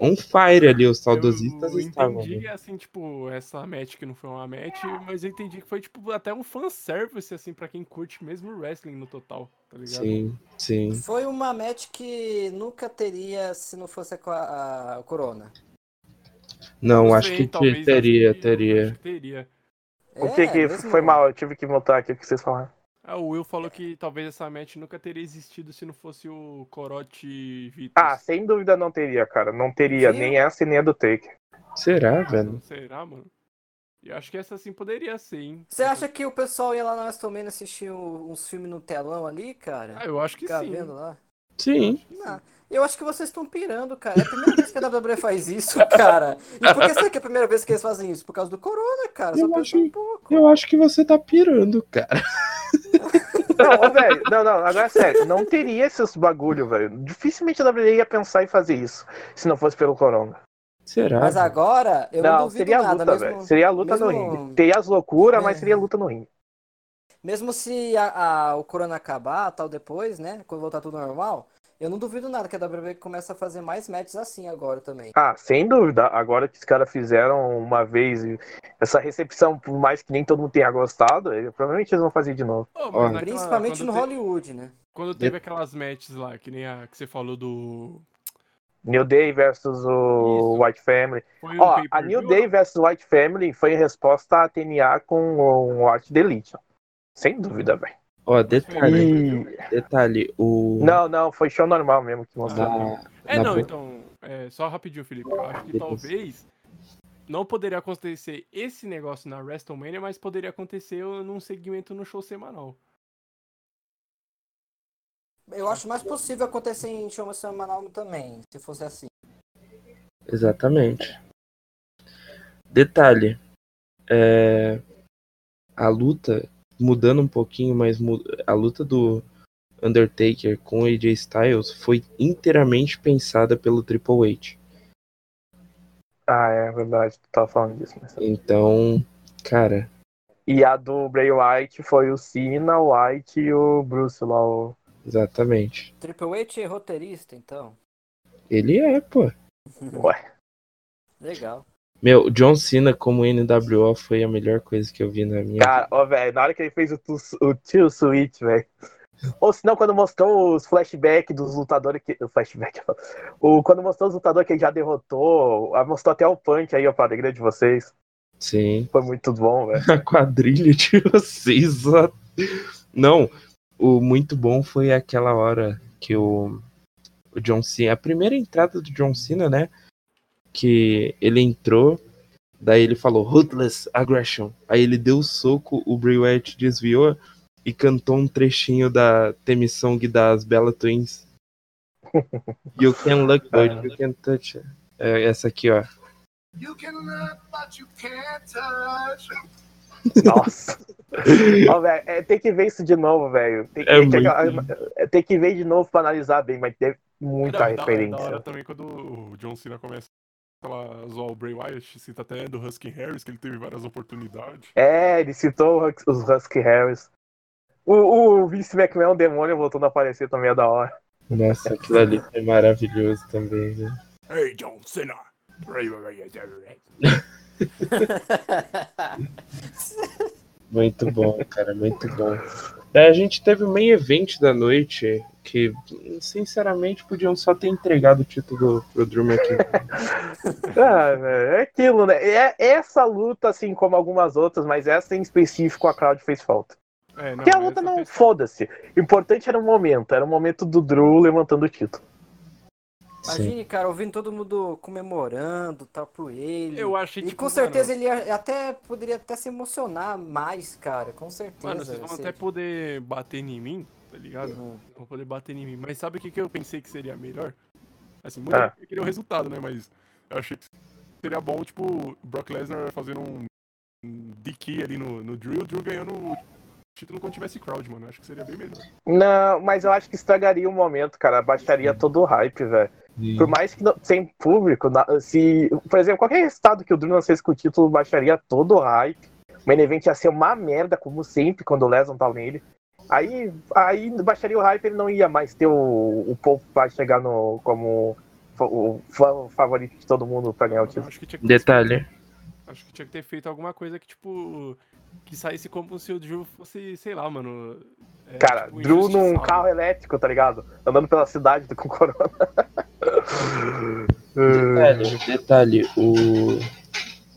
[SPEAKER 2] on fire ali, os saudosistas
[SPEAKER 4] eu
[SPEAKER 2] estavam.
[SPEAKER 4] entendi, assim, tipo, essa match que não foi uma match, mas eu entendi que foi, tipo, até um fanservice, assim, pra quem curte mesmo o wrestling no total, tá ligado?
[SPEAKER 2] Sim, sim.
[SPEAKER 5] Foi uma match que nunca teria se não fosse com a, a Corona.
[SPEAKER 2] Não,
[SPEAKER 4] Não
[SPEAKER 2] acho
[SPEAKER 4] sei,
[SPEAKER 2] que te-
[SPEAKER 4] talvez, acho
[SPEAKER 2] teria,
[SPEAKER 4] que-
[SPEAKER 2] teria.
[SPEAKER 4] acho que teria.
[SPEAKER 3] O que
[SPEAKER 5] É,
[SPEAKER 3] que
[SPEAKER 5] mesmo-
[SPEAKER 3] foi mal? Eu tive que montar aqui o que vocês falaram.
[SPEAKER 4] Ah, o Will falou que talvez essa match nunca teria existido se não fosse o Corote Vitor.
[SPEAKER 3] Ah, sem dúvida não teria, cara. Não teria
[SPEAKER 5] Viu?
[SPEAKER 3] nem essa e nem a do Take.
[SPEAKER 2] Será,
[SPEAKER 4] Não
[SPEAKER 2] velho?
[SPEAKER 4] será, mano? Eu acho que essa sim poderia ser, hein?
[SPEAKER 5] Você acha que o pessoal ia lá na Westomania assistir um- uns filmes no telão ali, cara?
[SPEAKER 4] Ah, eu acho que
[SPEAKER 5] Ficar
[SPEAKER 4] sim.
[SPEAKER 5] vendo lá?
[SPEAKER 2] Sim.
[SPEAKER 5] Não. Eu acho que vocês estão pirando, cara. É a primeira vez que a WWE faz isso, *laughs* cara. E por que será que é a primeira vez que eles fazem isso? Por causa do Corona, cara. Só
[SPEAKER 2] Eu
[SPEAKER 5] pensa
[SPEAKER 2] acho-
[SPEAKER 5] um pouco.
[SPEAKER 2] Eu acho que você tá pirando, cara.
[SPEAKER 3] Não, ô, velho, não, não, agora é sério, não teria esses bagulho, velho. Dificilmente a WWE ia pensar em fazer isso, se não fosse pelo Corona.
[SPEAKER 2] Será?
[SPEAKER 5] Mas agora, eu não,
[SPEAKER 3] Ah, não,
[SPEAKER 5] duvido
[SPEAKER 3] seria a
[SPEAKER 5] nada.
[SPEAKER 3] luta,
[SPEAKER 5] mesmo...
[SPEAKER 3] velho. Seria a luta
[SPEAKER 5] mesmo-
[SPEAKER 3] no ringue. Teria as loucuras,
[SPEAKER 5] É.
[SPEAKER 3] mas seria a luta no ringue.
[SPEAKER 5] Mesmo se a- a- o corona acabar, tal, depois, né? Quando voltar tudo normal, eu não duvido nada que a WWE começa a fazer mais matches assim agora também.
[SPEAKER 3] Ah, sem dúvida. Agora que os caras fizeram uma vez e essa recepção, por mais que nem todo mundo tenha gostado, eh, provavelmente eles vão fazer de novo.
[SPEAKER 4] Ô, mas
[SPEAKER 2] Olha.
[SPEAKER 4] naquela-
[SPEAKER 5] Principalmente
[SPEAKER 4] então, quando
[SPEAKER 5] no
[SPEAKER 4] te-
[SPEAKER 5] Hollywood, né?
[SPEAKER 4] Quando teve aquelas matches lá, que nem a que você falou do.
[SPEAKER 3] New Day versus o
[SPEAKER 4] Isso.
[SPEAKER 3] White Family.
[SPEAKER 4] Foi um
[SPEAKER 3] Ó, a
[SPEAKER 4] pay-per-view,
[SPEAKER 3] New Day
[SPEAKER 4] não?
[SPEAKER 3] versus White Family foi em resposta à TNA com o Art Delete. Sem dúvida, velho.
[SPEAKER 2] Ó,
[SPEAKER 4] É, né?
[SPEAKER 2] detalhe,
[SPEAKER 3] E-
[SPEAKER 2] detalhe. O...
[SPEAKER 3] Não, não, foi show normal mesmo que mostrou.
[SPEAKER 2] Na,
[SPEAKER 4] É,
[SPEAKER 2] na
[SPEAKER 4] não,
[SPEAKER 2] bo-
[SPEAKER 4] então. é, só rapidinho, Felipe. Eu acho que
[SPEAKER 2] Beleza.
[SPEAKER 4] talvez. Não poderia acontecer esse negócio na WrestleMania, mas poderia acontecer num segmento no show semanal.
[SPEAKER 5] Eu acho mais possível acontecer em show semanal também, se fosse assim.
[SPEAKER 2] Exatamente. Detalhe. é, A luta, mudando um pouquinho, mas mu- a luta do Undertaker com AJ Styles foi inteiramente pensada pelo Triple H.
[SPEAKER 3] Ah, é verdade, tu tava falando disso. Mas...
[SPEAKER 2] Então, Cara,
[SPEAKER 3] E a do Bray White foi o Cena, o White e o Bruce lá. o-
[SPEAKER 2] exatamente.
[SPEAKER 5] Triple H é roteirista, então.
[SPEAKER 2] Ele é, pô.
[SPEAKER 3] Ué.
[SPEAKER 5] *laughs* Legal.
[SPEAKER 2] Meu, John Cena como NWO foi a melhor coisa que eu vi na minha
[SPEAKER 3] Cara, ó, velho, na hora que ele fez o, tu- o Tio Switch, velho. Ou senão, quando mostrou os flashbacks dos lutadores que. O flashback, *laughs* ó. o, Quando mostrou os lutadores que ele já derrotou, ah, mostrou até o Punk aí, ó, pra alegria de vocês.
[SPEAKER 2] Sim.
[SPEAKER 3] Foi muito bom,
[SPEAKER 2] *laughs*
[SPEAKER 3] velho.
[SPEAKER 2] A quadrilha de vocês. ó. Não, o muito bom foi aquela hora que o, o John Cena. A primeira entrada do John Cena, né? Que ele entrou, daí ele falou Ruthless Aggression. Aí ele deu o soco, o Bray Wyatt desviou e cantou um trechinho da Theme Song das Bella Twins. you can look, but you can touch. É essa aqui, ó.
[SPEAKER 6] You can look, but you can't touch.
[SPEAKER 3] Nossa. Ó, velho, é, tem que ver isso de novo, velho. Tem, que-
[SPEAKER 2] É
[SPEAKER 3] tem que-
[SPEAKER 2] muito.
[SPEAKER 3] é, tem que ver de novo pra analisar bem, mas teve muita
[SPEAKER 4] Da- da- Da,
[SPEAKER 3] referência.
[SPEAKER 4] hora também quando o John Cena começa a zoar o Bray Wyatt, cita até do Husky Harris, que ele teve várias oportunidades.
[SPEAKER 3] É, ele citou o Hus- os Husky Harris. O, o Vince McMahon, o demônio, voltando a aparecer também é da hora.
[SPEAKER 2] Nossa, aquilo ali foi maravilhoso também, né?
[SPEAKER 4] Hey, John Cena! Bray Wyatt. é
[SPEAKER 2] Muito bom, cara, muito bom. Daí a gente teve o main event da noite, que sinceramente podiam só ter entregado o título pro Drew McIntyre.
[SPEAKER 3] Ah, velho, é aquilo, né? É essa luta, assim como algumas outras, mas essa em específico a crowd fez falta.
[SPEAKER 4] É, não,
[SPEAKER 3] Porque a luta
[SPEAKER 4] essa
[SPEAKER 3] não,
[SPEAKER 4] fez-
[SPEAKER 3] foda-se. O importante era o momento, era o momento do Drew levantando o título.
[SPEAKER 2] Sim.
[SPEAKER 5] Imagine, cara, ouvindo todo mundo comemorando, tal, por ele.
[SPEAKER 4] Eu achei tipo,
[SPEAKER 5] E
[SPEAKER 4] que.
[SPEAKER 5] com certeza ele ia- até poderia até se emocionar mais, cara. Com certeza.
[SPEAKER 4] Mano, vocês vão
[SPEAKER 5] se-
[SPEAKER 4] até poder bater em mim, tá ligado?
[SPEAKER 5] é, Uhum.
[SPEAKER 4] Vão poder bater em mim. Mas sabe o que, que eu pensei que seria melhor? Assim, muito
[SPEAKER 3] Ah.
[SPEAKER 4] eu queria o resultado, né? Mas eu achei que seria bom, tipo, Brock Lesnar fazendo um, um DQ ali no, no Drew, o Drew ganhando o título quando tivesse crowd, mano. Eu acho que seria bem melhor.
[SPEAKER 3] Não, mas eu acho que estragaria o momento, cara. Baixaria todo o hype, velho. Por mais que não, sem público, na- se, por exemplo, qualquer estado que o Drew nascesse com o título baixaria todo o hype. O main event ia ser uma merda, como sempre, quando o Lesnar tá nele. Aí, aí baixaria o hype, ele não ia mais ter o, o povo pra chegar no, como fa- o fã favorito de todo mundo pra ganhar o
[SPEAKER 4] Eu
[SPEAKER 3] título.
[SPEAKER 4] acho que tinha que
[SPEAKER 2] Detalhe,
[SPEAKER 4] Acho que tinha que ter feito alguma coisa que, tipo, que saísse como se o Drew fosse, sei lá, mano. é,
[SPEAKER 3] Cara,
[SPEAKER 4] tipo,
[SPEAKER 3] Drew num
[SPEAKER 4] injustiçado.
[SPEAKER 3] carro elétrico, tá ligado? Andando pela cidade com corona. *laughs* É,
[SPEAKER 2] detalhe, detalhe, o...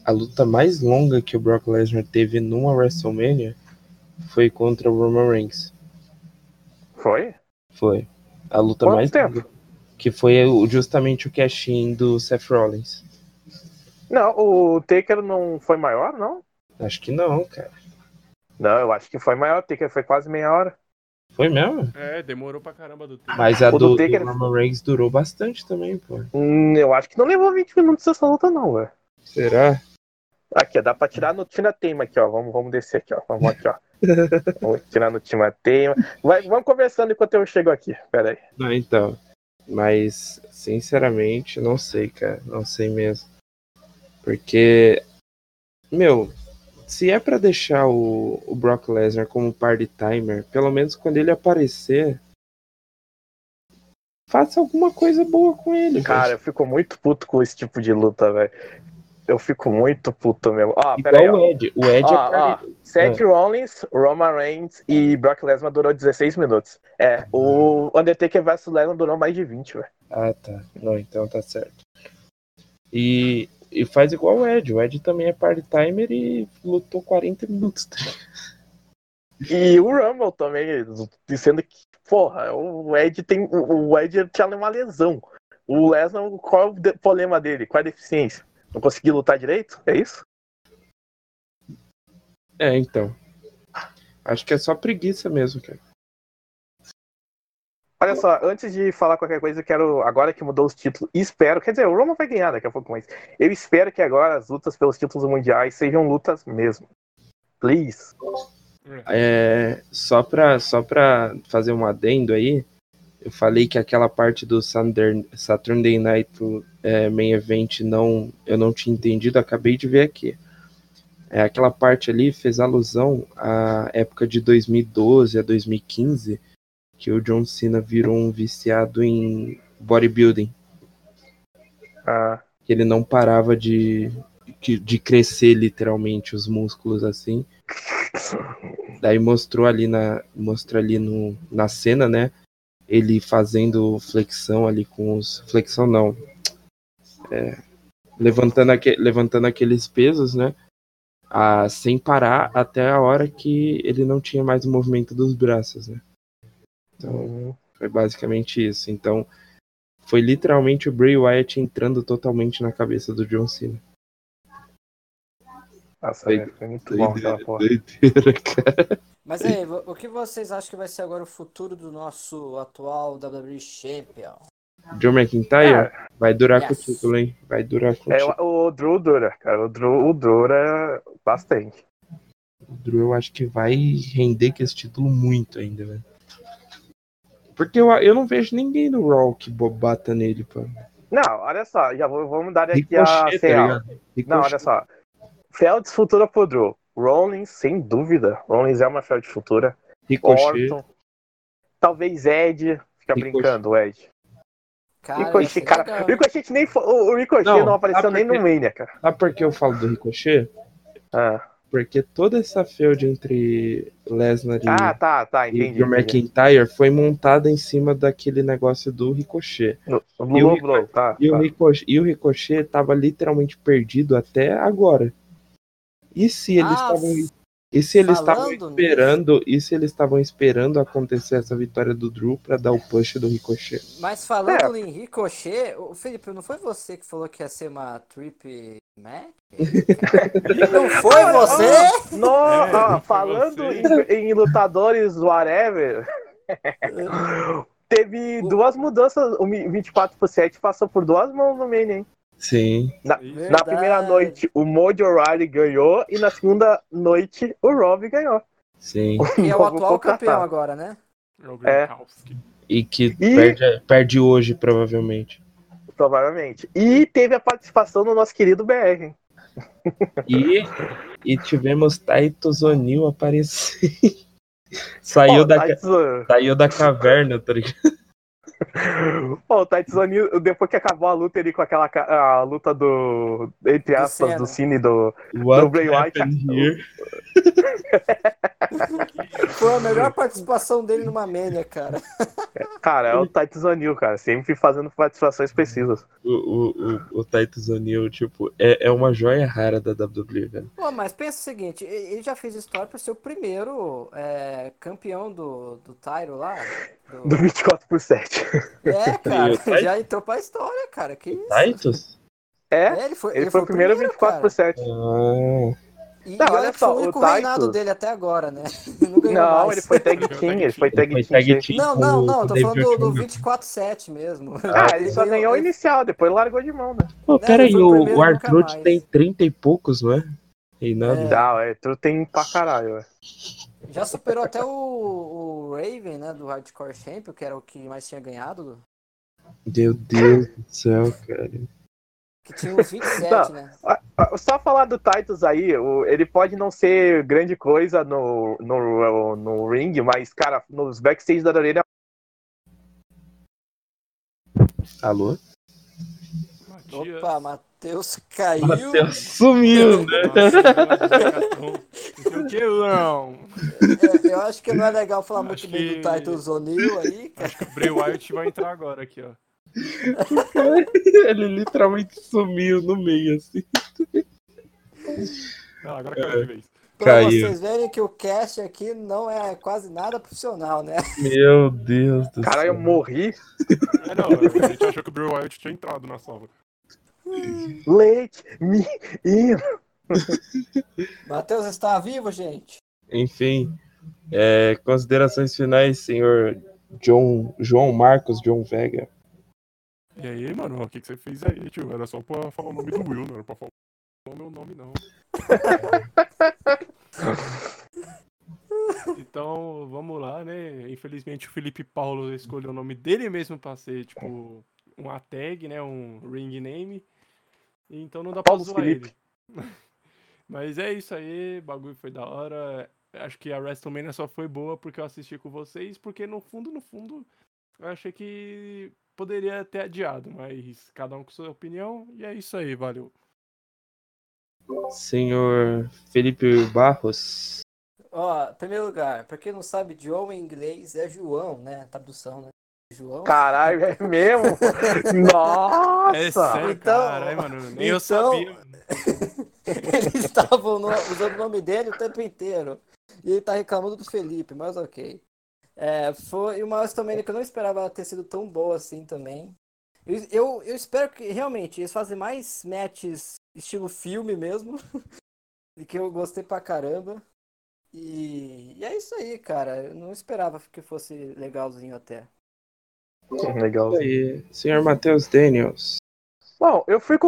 [SPEAKER 2] a luta mais longa que o Brock Lesnar teve numa WrestleMania foi contra o Roman Reigns.
[SPEAKER 3] Foi?
[SPEAKER 2] Foi. A luta
[SPEAKER 3] Quanto
[SPEAKER 2] Tá mais
[SPEAKER 3] tempo?
[SPEAKER 2] longa. Que foi o- justamente o cash-in do Seth Rollins.
[SPEAKER 3] Não, o Taker não foi maior, não?
[SPEAKER 2] Acho que não, cara.
[SPEAKER 3] Não, eu acho que foi maior. O Taker foi quase meia hora.
[SPEAKER 2] Foi mesmo?
[SPEAKER 4] É, demorou pra caramba do tempo.
[SPEAKER 2] Mas a
[SPEAKER 3] O do
[SPEAKER 2] do, do
[SPEAKER 3] Taker-
[SPEAKER 2] Roman Reigns durou bastante também, pô.
[SPEAKER 3] Hum, eu acho que não levou 20 minutos essa luta, não, velho.
[SPEAKER 2] Será?
[SPEAKER 3] Aqui, ó, dá pra tirar no Tina Teima aqui, ó. Vamos, vamos descer aqui, ó. Vamos
[SPEAKER 2] *laughs*
[SPEAKER 3] aqui, ó. Vamos tirar no Tina Teima. Vai, vamos conversando enquanto eu chego aqui. Pera aí.
[SPEAKER 2] Não, então. Mas, sinceramente, não sei, cara. Não sei mesmo. Porque, meu, se é pra deixar o, o Brock Lesnar como party timer, pelo menos quando ele aparecer, faça alguma coisa boa com ele.
[SPEAKER 3] Cara,
[SPEAKER 2] velho.
[SPEAKER 3] eu fico muito puto com esse tipo de luta, velho. Eu fico muito puto mesmo. Ó, pera aí,
[SPEAKER 2] igual
[SPEAKER 3] ó. Ah,
[SPEAKER 2] o Ed. O Ed é
[SPEAKER 3] Ó, ó,
[SPEAKER 2] party...
[SPEAKER 3] Seth Rollins, Roman Reigns e Brock Lesnar durou 16 minutos. É, o Undertaker vs Lesnar durou mais de 20, velho.
[SPEAKER 2] Ah, tá. Não, então tá certo. E, e faz igual o Ed. O Ed também é party timer e lutou 40 minutos.
[SPEAKER 3] E o Rumble também, dizendo que, porra, o Ed tem. O o Ed tinha uma lesão. O Lesnar, qual é o de- problema dele? Qual é a deficiência? Não conseguiu lutar direito? É isso?
[SPEAKER 2] É, então. Acho que é só preguiça mesmo, cara.
[SPEAKER 3] Olha só, antes de falar qualquer coisa, eu quero. Agora que mudou os títulos, espero. Quer dizer, o Roman vai ganhar daqui a pouco, mas eu espero que agora as lutas pelos títulos mundiais sejam lutas mesmo. Please.
[SPEAKER 2] É, só, pra, só pra fazer um adendo aí, eu falei que aquela parte do Sander- Saturday Night é, Main Event não, eu não tinha entendido, acabei de ver aqui. É, aquela parte ali fez alusão à época de 2012 a 2015, que o John Cena virou um viciado em bodybuilding.
[SPEAKER 3] Ah,
[SPEAKER 2] que Ele não parava de, de, de crescer literalmente os músculos assim. Daí mostrou ali na mostra ali no, na cena, né? Ele fazendo flexão ali com os flexão não. É, levantando aque- levantando aqueles pesos, né? Ah, sem parar até a hora que ele não tinha mais o movimento dos braços, né? Então,
[SPEAKER 3] Uhum.
[SPEAKER 2] foi basicamente isso. Então, foi literalmente o Bray Wyatt entrando totalmente na cabeça do John Cena. *laughs*
[SPEAKER 3] nossa,
[SPEAKER 2] Doide-
[SPEAKER 3] velho, foi muito bom aquela porra.
[SPEAKER 2] doideira, cara.
[SPEAKER 5] Mas aí, vo- o que vocês acham que vai ser agora o futuro do nosso atual WWE Champion?
[SPEAKER 2] John McIntyre vai durar com o
[SPEAKER 5] Yes.
[SPEAKER 2] título, hein? Vai durar com o
[SPEAKER 3] É,
[SPEAKER 2] título.
[SPEAKER 3] o, o Drew dura, cara. O Drew o dura bastante.
[SPEAKER 2] O Drew, eu acho que vai render com esse título muito ainda, velho. Porque eu, eu não vejo ninguém no Raw que bo- bata nele, pô.
[SPEAKER 3] Não, olha só, já vou, vamos dar aqui
[SPEAKER 2] Ricochet,
[SPEAKER 3] a CA.
[SPEAKER 2] tá ligado?
[SPEAKER 3] ah, Não, olha só. Felds futura pro Drew. Rollins, sem dúvida. Rollins é uma Felds futura.
[SPEAKER 2] Ricochet.
[SPEAKER 3] Orton. Talvez Ed. Fica
[SPEAKER 2] Ricochet.
[SPEAKER 3] brincando, o Ed.
[SPEAKER 5] Cara, vai ser
[SPEAKER 3] Ricochet, cara.
[SPEAKER 5] Ah, é legal.
[SPEAKER 3] Ricochet nem foi, o o Ricochet
[SPEAKER 2] Não,
[SPEAKER 3] não, apareceu
[SPEAKER 2] sabe
[SPEAKER 3] nem
[SPEAKER 2] por
[SPEAKER 3] no Mania, cara.
[SPEAKER 2] Sabe por que eu falo do Ricochet?
[SPEAKER 3] Ah,
[SPEAKER 2] Porque toda essa feud entre Lesnar e
[SPEAKER 3] Ah, tá, tá, entendi.
[SPEAKER 2] e o
[SPEAKER 3] entendi.
[SPEAKER 2] McIntyre foi montada em cima daquele negócio do Ricochet.
[SPEAKER 3] No,
[SPEAKER 2] E o
[SPEAKER 3] no Blow, tá.
[SPEAKER 2] E, o
[SPEAKER 3] tá.
[SPEAKER 2] Ricochet. e o Ricochet tava literalmente perdido até agora. E se eles
[SPEAKER 5] Ah,
[SPEAKER 2] estavam. E se eles
[SPEAKER 5] falando
[SPEAKER 2] estavam
[SPEAKER 3] né?
[SPEAKER 2] esperando. E se eles estavam esperando acontecer essa vitória do Drew pra dar o push do Ricochet?
[SPEAKER 5] Mas
[SPEAKER 3] É.
[SPEAKER 5] falando em Ricochet, o Felipe, não foi você que falou que ia ser uma trip match? não foi você?
[SPEAKER 3] No,
[SPEAKER 4] É,
[SPEAKER 3] ó,
[SPEAKER 4] foi
[SPEAKER 3] falando
[SPEAKER 4] você.
[SPEAKER 3] em, em lutadores, whatever, *laughs* teve
[SPEAKER 5] O-
[SPEAKER 3] duas mudanças. O Mi- 24 por 7 passou por duas mãos no Mania, hein?
[SPEAKER 2] Sim.
[SPEAKER 4] É Isso.
[SPEAKER 3] Na primeira
[SPEAKER 5] Verdade.
[SPEAKER 3] noite, o Mojo O'Reilly ganhou e na segunda noite, o Rob ganhou.
[SPEAKER 2] Sim.
[SPEAKER 5] *laughs*
[SPEAKER 3] *laughs*
[SPEAKER 5] E é o
[SPEAKER 3] Vou tá.
[SPEAKER 5] atual
[SPEAKER 3] contratar.
[SPEAKER 5] campeão agora, né?
[SPEAKER 4] É o
[SPEAKER 3] É.
[SPEAKER 4] Gronkowski.
[SPEAKER 2] *laughs* E que Perde, perde hoje, provavelmente.
[SPEAKER 3] Provavelmente. E teve a participação do nosso querido BR. hein?
[SPEAKER 2] E, e tivemos Titus O'Neill aparecer. *laughs* Saiu
[SPEAKER 3] Ó,
[SPEAKER 2] da.
[SPEAKER 3] o
[SPEAKER 2] ca-
[SPEAKER 3] Taitsu-
[SPEAKER 2] Saiu da caverna, tá
[SPEAKER 3] *laughs*
[SPEAKER 2] ligado?
[SPEAKER 3] ó, o Titus O'Neil, depois que acabou a luta ele com aquela ca- a luta do. Entre
[SPEAKER 5] Do
[SPEAKER 3] aspas,
[SPEAKER 5] Cena.
[SPEAKER 3] do Cine e do.
[SPEAKER 2] What
[SPEAKER 3] Bray Wyatt.
[SPEAKER 2] happened here?
[SPEAKER 5] Foi a
[SPEAKER 3] *laughs*
[SPEAKER 5] melhor participação dele numa Mania, cara.
[SPEAKER 3] Cara, *laughs* é o Titus O'Neil, cara. Sempre fazendo participações precisas.
[SPEAKER 2] O, o, o, o Titus O'Neil, tipo, é, é uma joia rara da WWE, velho.
[SPEAKER 5] Pô, mas pensa o seguinte, e- ele já fez história por ser o primeiro é, campeão do, do Tyro lá. do-
[SPEAKER 3] *laughs* Do 24 por 7.
[SPEAKER 5] É, cara,
[SPEAKER 2] E o Titus?
[SPEAKER 5] já entrou pra história, cara. Que isso?
[SPEAKER 2] Titus?
[SPEAKER 3] *laughs* É?
[SPEAKER 5] É, ele foi,
[SPEAKER 3] Ele, foi o primeiro, 24 por
[SPEAKER 5] cara.
[SPEAKER 3] 7.
[SPEAKER 2] Ah,
[SPEAKER 5] E
[SPEAKER 3] Não,
[SPEAKER 5] olha
[SPEAKER 3] olha
[SPEAKER 5] que foi
[SPEAKER 3] só,
[SPEAKER 5] o
[SPEAKER 3] o
[SPEAKER 5] único
[SPEAKER 3] Titus-
[SPEAKER 5] reinado dele até agora, né? *laughs* Não ganhou
[SPEAKER 3] Não,
[SPEAKER 5] mais.
[SPEAKER 3] ele foi tag
[SPEAKER 4] Ele foi
[SPEAKER 3] team,
[SPEAKER 4] tag
[SPEAKER 3] ele foi
[SPEAKER 2] ele
[SPEAKER 3] tag
[SPEAKER 2] foi
[SPEAKER 3] team.
[SPEAKER 2] tag
[SPEAKER 3] sim.
[SPEAKER 2] team
[SPEAKER 5] Não,
[SPEAKER 2] com
[SPEAKER 5] não,
[SPEAKER 2] o-
[SPEAKER 5] não,
[SPEAKER 2] com
[SPEAKER 5] eu
[SPEAKER 2] o
[SPEAKER 5] tô
[SPEAKER 2] David
[SPEAKER 5] falando do, do
[SPEAKER 2] Ortiz.
[SPEAKER 5] 24-7 mesmo. *laughs*
[SPEAKER 3] Ah, ele só
[SPEAKER 5] ganhou-
[SPEAKER 3] ganhou o
[SPEAKER 5] ele-
[SPEAKER 3] inicial, depois largou de mão, né?
[SPEAKER 2] Pô,
[SPEAKER 5] Né,
[SPEAKER 2] peraí,
[SPEAKER 5] ele foi o
[SPEAKER 2] o,
[SPEAKER 5] primeiro
[SPEAKER 2] o
[SPEAKER 5] e nunca
[SPEAKER 2] Arthur
[SPEAKER 5] mais.
[SPEAKER 2] tem 30 e poucos, não é? E nada.
[SPEAKER 3] Não, é, tu tem pra caralho, velho.
[SPEAKER 5] Já superou até o, o Raven, né, do Hardcore Champion, que era o que mais tinha ganhado,
[SPEAKER 2] Meu Deus do céu, cara.
[SPEAKER 5] que tinha uns 27, né?
[SPEAKER 3] Ah, Só falar do Titus aí, o- ele pode não ser grande coisa no, no, no ring, mas, cara, nos backstage da orelha
[SPEAKER 2] Alô?
[SPEAKER 4] Matias.
[SPEAKER 5] Opa, Matheus caiu. *laughs*
[SPEAKER 2] Matheus né? sumiu, né?
[SPEAKER 4] O que, Leão?
[SPEAKER 5] É, eu acho que não é legal falar muito
[SPEAKER 4] Acho
[SPEAKER 5] bem do
[SPEAKER 4] que-
[SPEAKER 5] Titus O'Neill aí, cara.
[SPEAKER 4] Acho que o Bray Wyatt vai entrar agora aqui, ó.
[SPEAKER 2] *laughs* Ele literalmente sumiu no meio, assim.
[SPEAKER 4] Ah, agora caiu de vez.
[SPEAKER 5] Pra
[SPEAKER 2] Caiu.
[SPEAKER 5] vocês verem que o cast aqui não é quase nada profissional, né?
[SPEAKER 2] Meu Deus do
[SPEAKER 3] Cara, eu
[SPEAKER 2] céu.
[SPEAKER 3] morri.
[SPEAKER 4] É, não, a gente achou que o Bray Wyatt tinha entrado na salva.
[SPEAKER 3] Leite, me in.
[SPEAKER 5] Matheus está vivo, gente?
[SPEAKER 2] Enfim, é, considerações finais, senhor John, João Marcos John Vega.
[SPEAKER 4] E aí, mano, o que, que você fez aí, tio? Era só pra falar o nome do Will, não era pra falar o meu nome, não. *laughs* então, vamos lá, né? Infelizmente o Felipe Paulo escolheu o nome dele mesmo pra ser, tipo, uma tag, né? Um ring name. Então não dá pra
[SPEAKER 3] Paulo
[SPEAKER 4] zoar
[SPEAKER 3] Felipe.
[SPEAKER 4] ele. *laughs* Mas é isso aí, bagulho foi da hora. Acho que a WrestleMania só foi boa porque eu assisti com vocês, porque no fundo, no fundo, eu achei que poderia ter adiado, mas cada um com sua opinião, e é isso aí, valeu.
[SPEAKER 2] Senhor Felipe Barros.
[SPEAKER 5] Ó, em primeiro lugar, pra quem não sabe, João em inglês é João, né? Tradução, né? João.
[SPEAKER 3] Caralho, é *laughs* mesmo? Nossa!
[SPEAKER 4] É sério,
[SPEAKER 5] então-
[SPEAKER 4] caralho, mano. Nem eu
[SPEAKER 5] então-
[SPEAKER 4] sabia. mano.
[SPEAKER 5] *laughs* Eles estavam no- usando o nome dele o tempo inteiro. E ele tá reclamando do Felipe, mas ok. É, foi uma WrestleMania que eu não esperava ter sido tão boa assim também. Eu, eu, eu espero que realmente eles fazem mais matches estilo filme mesmo. *laughs* e que eu gostei pra caramba. E, e é isso aí, cara. Eu não esperava que fosse legalzinho até.
[SPEAKER 3] Legal.
[SPEAKER 2] E aí, senhor Matheus Daniels.
[SPEAKER 3] Bom, eu fui com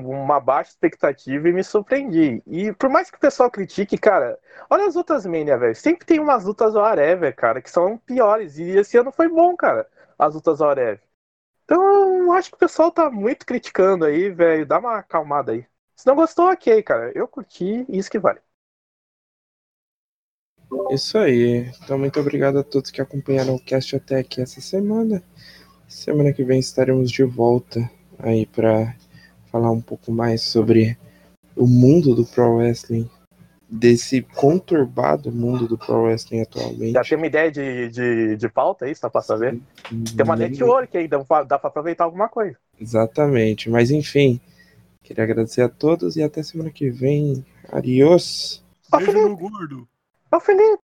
[SPEAKER 3] uma baixa expectativa e me surpreendi. E por mais que o pessoal critique, cara, olha as lutas Mania, velho. Sempre tem umas lutas whatever, cara, que são piores. E esse ano foi bom, cara, as lutas whatever. Então, eu acho que o pessoal tá muito criticando aí, velho. Dá uma acalmada aí. Se não gostou, ok, cara. Eu curti, isso que vale.
[SPEAKER 2] Isso aí. Então, muito obrigado a todos que acompanharam o cast até aqui essa semana. Semana que vem estaremos de volta aí para falar um pouco mais sobre o mundo do pro wrestling, desse conturbado mundo do pro wrestling atualmente.
[SPEAKER 3] Já tem uma ideia de, de, de pauta aí, só pra saber? Tem uma
[SPEAKER 2] Nem-
[SPEAKER 3] network aí, dá pra- dá pra aproveitar alguma coisa.
[SPEAKER 2] Exatamente. Mas enfim, queria agradecer a todos e até semana que vem. Adiós.
[SPEAKER 4] Beijo no gordo.
[SPEAKER 3] Ô, Felipe!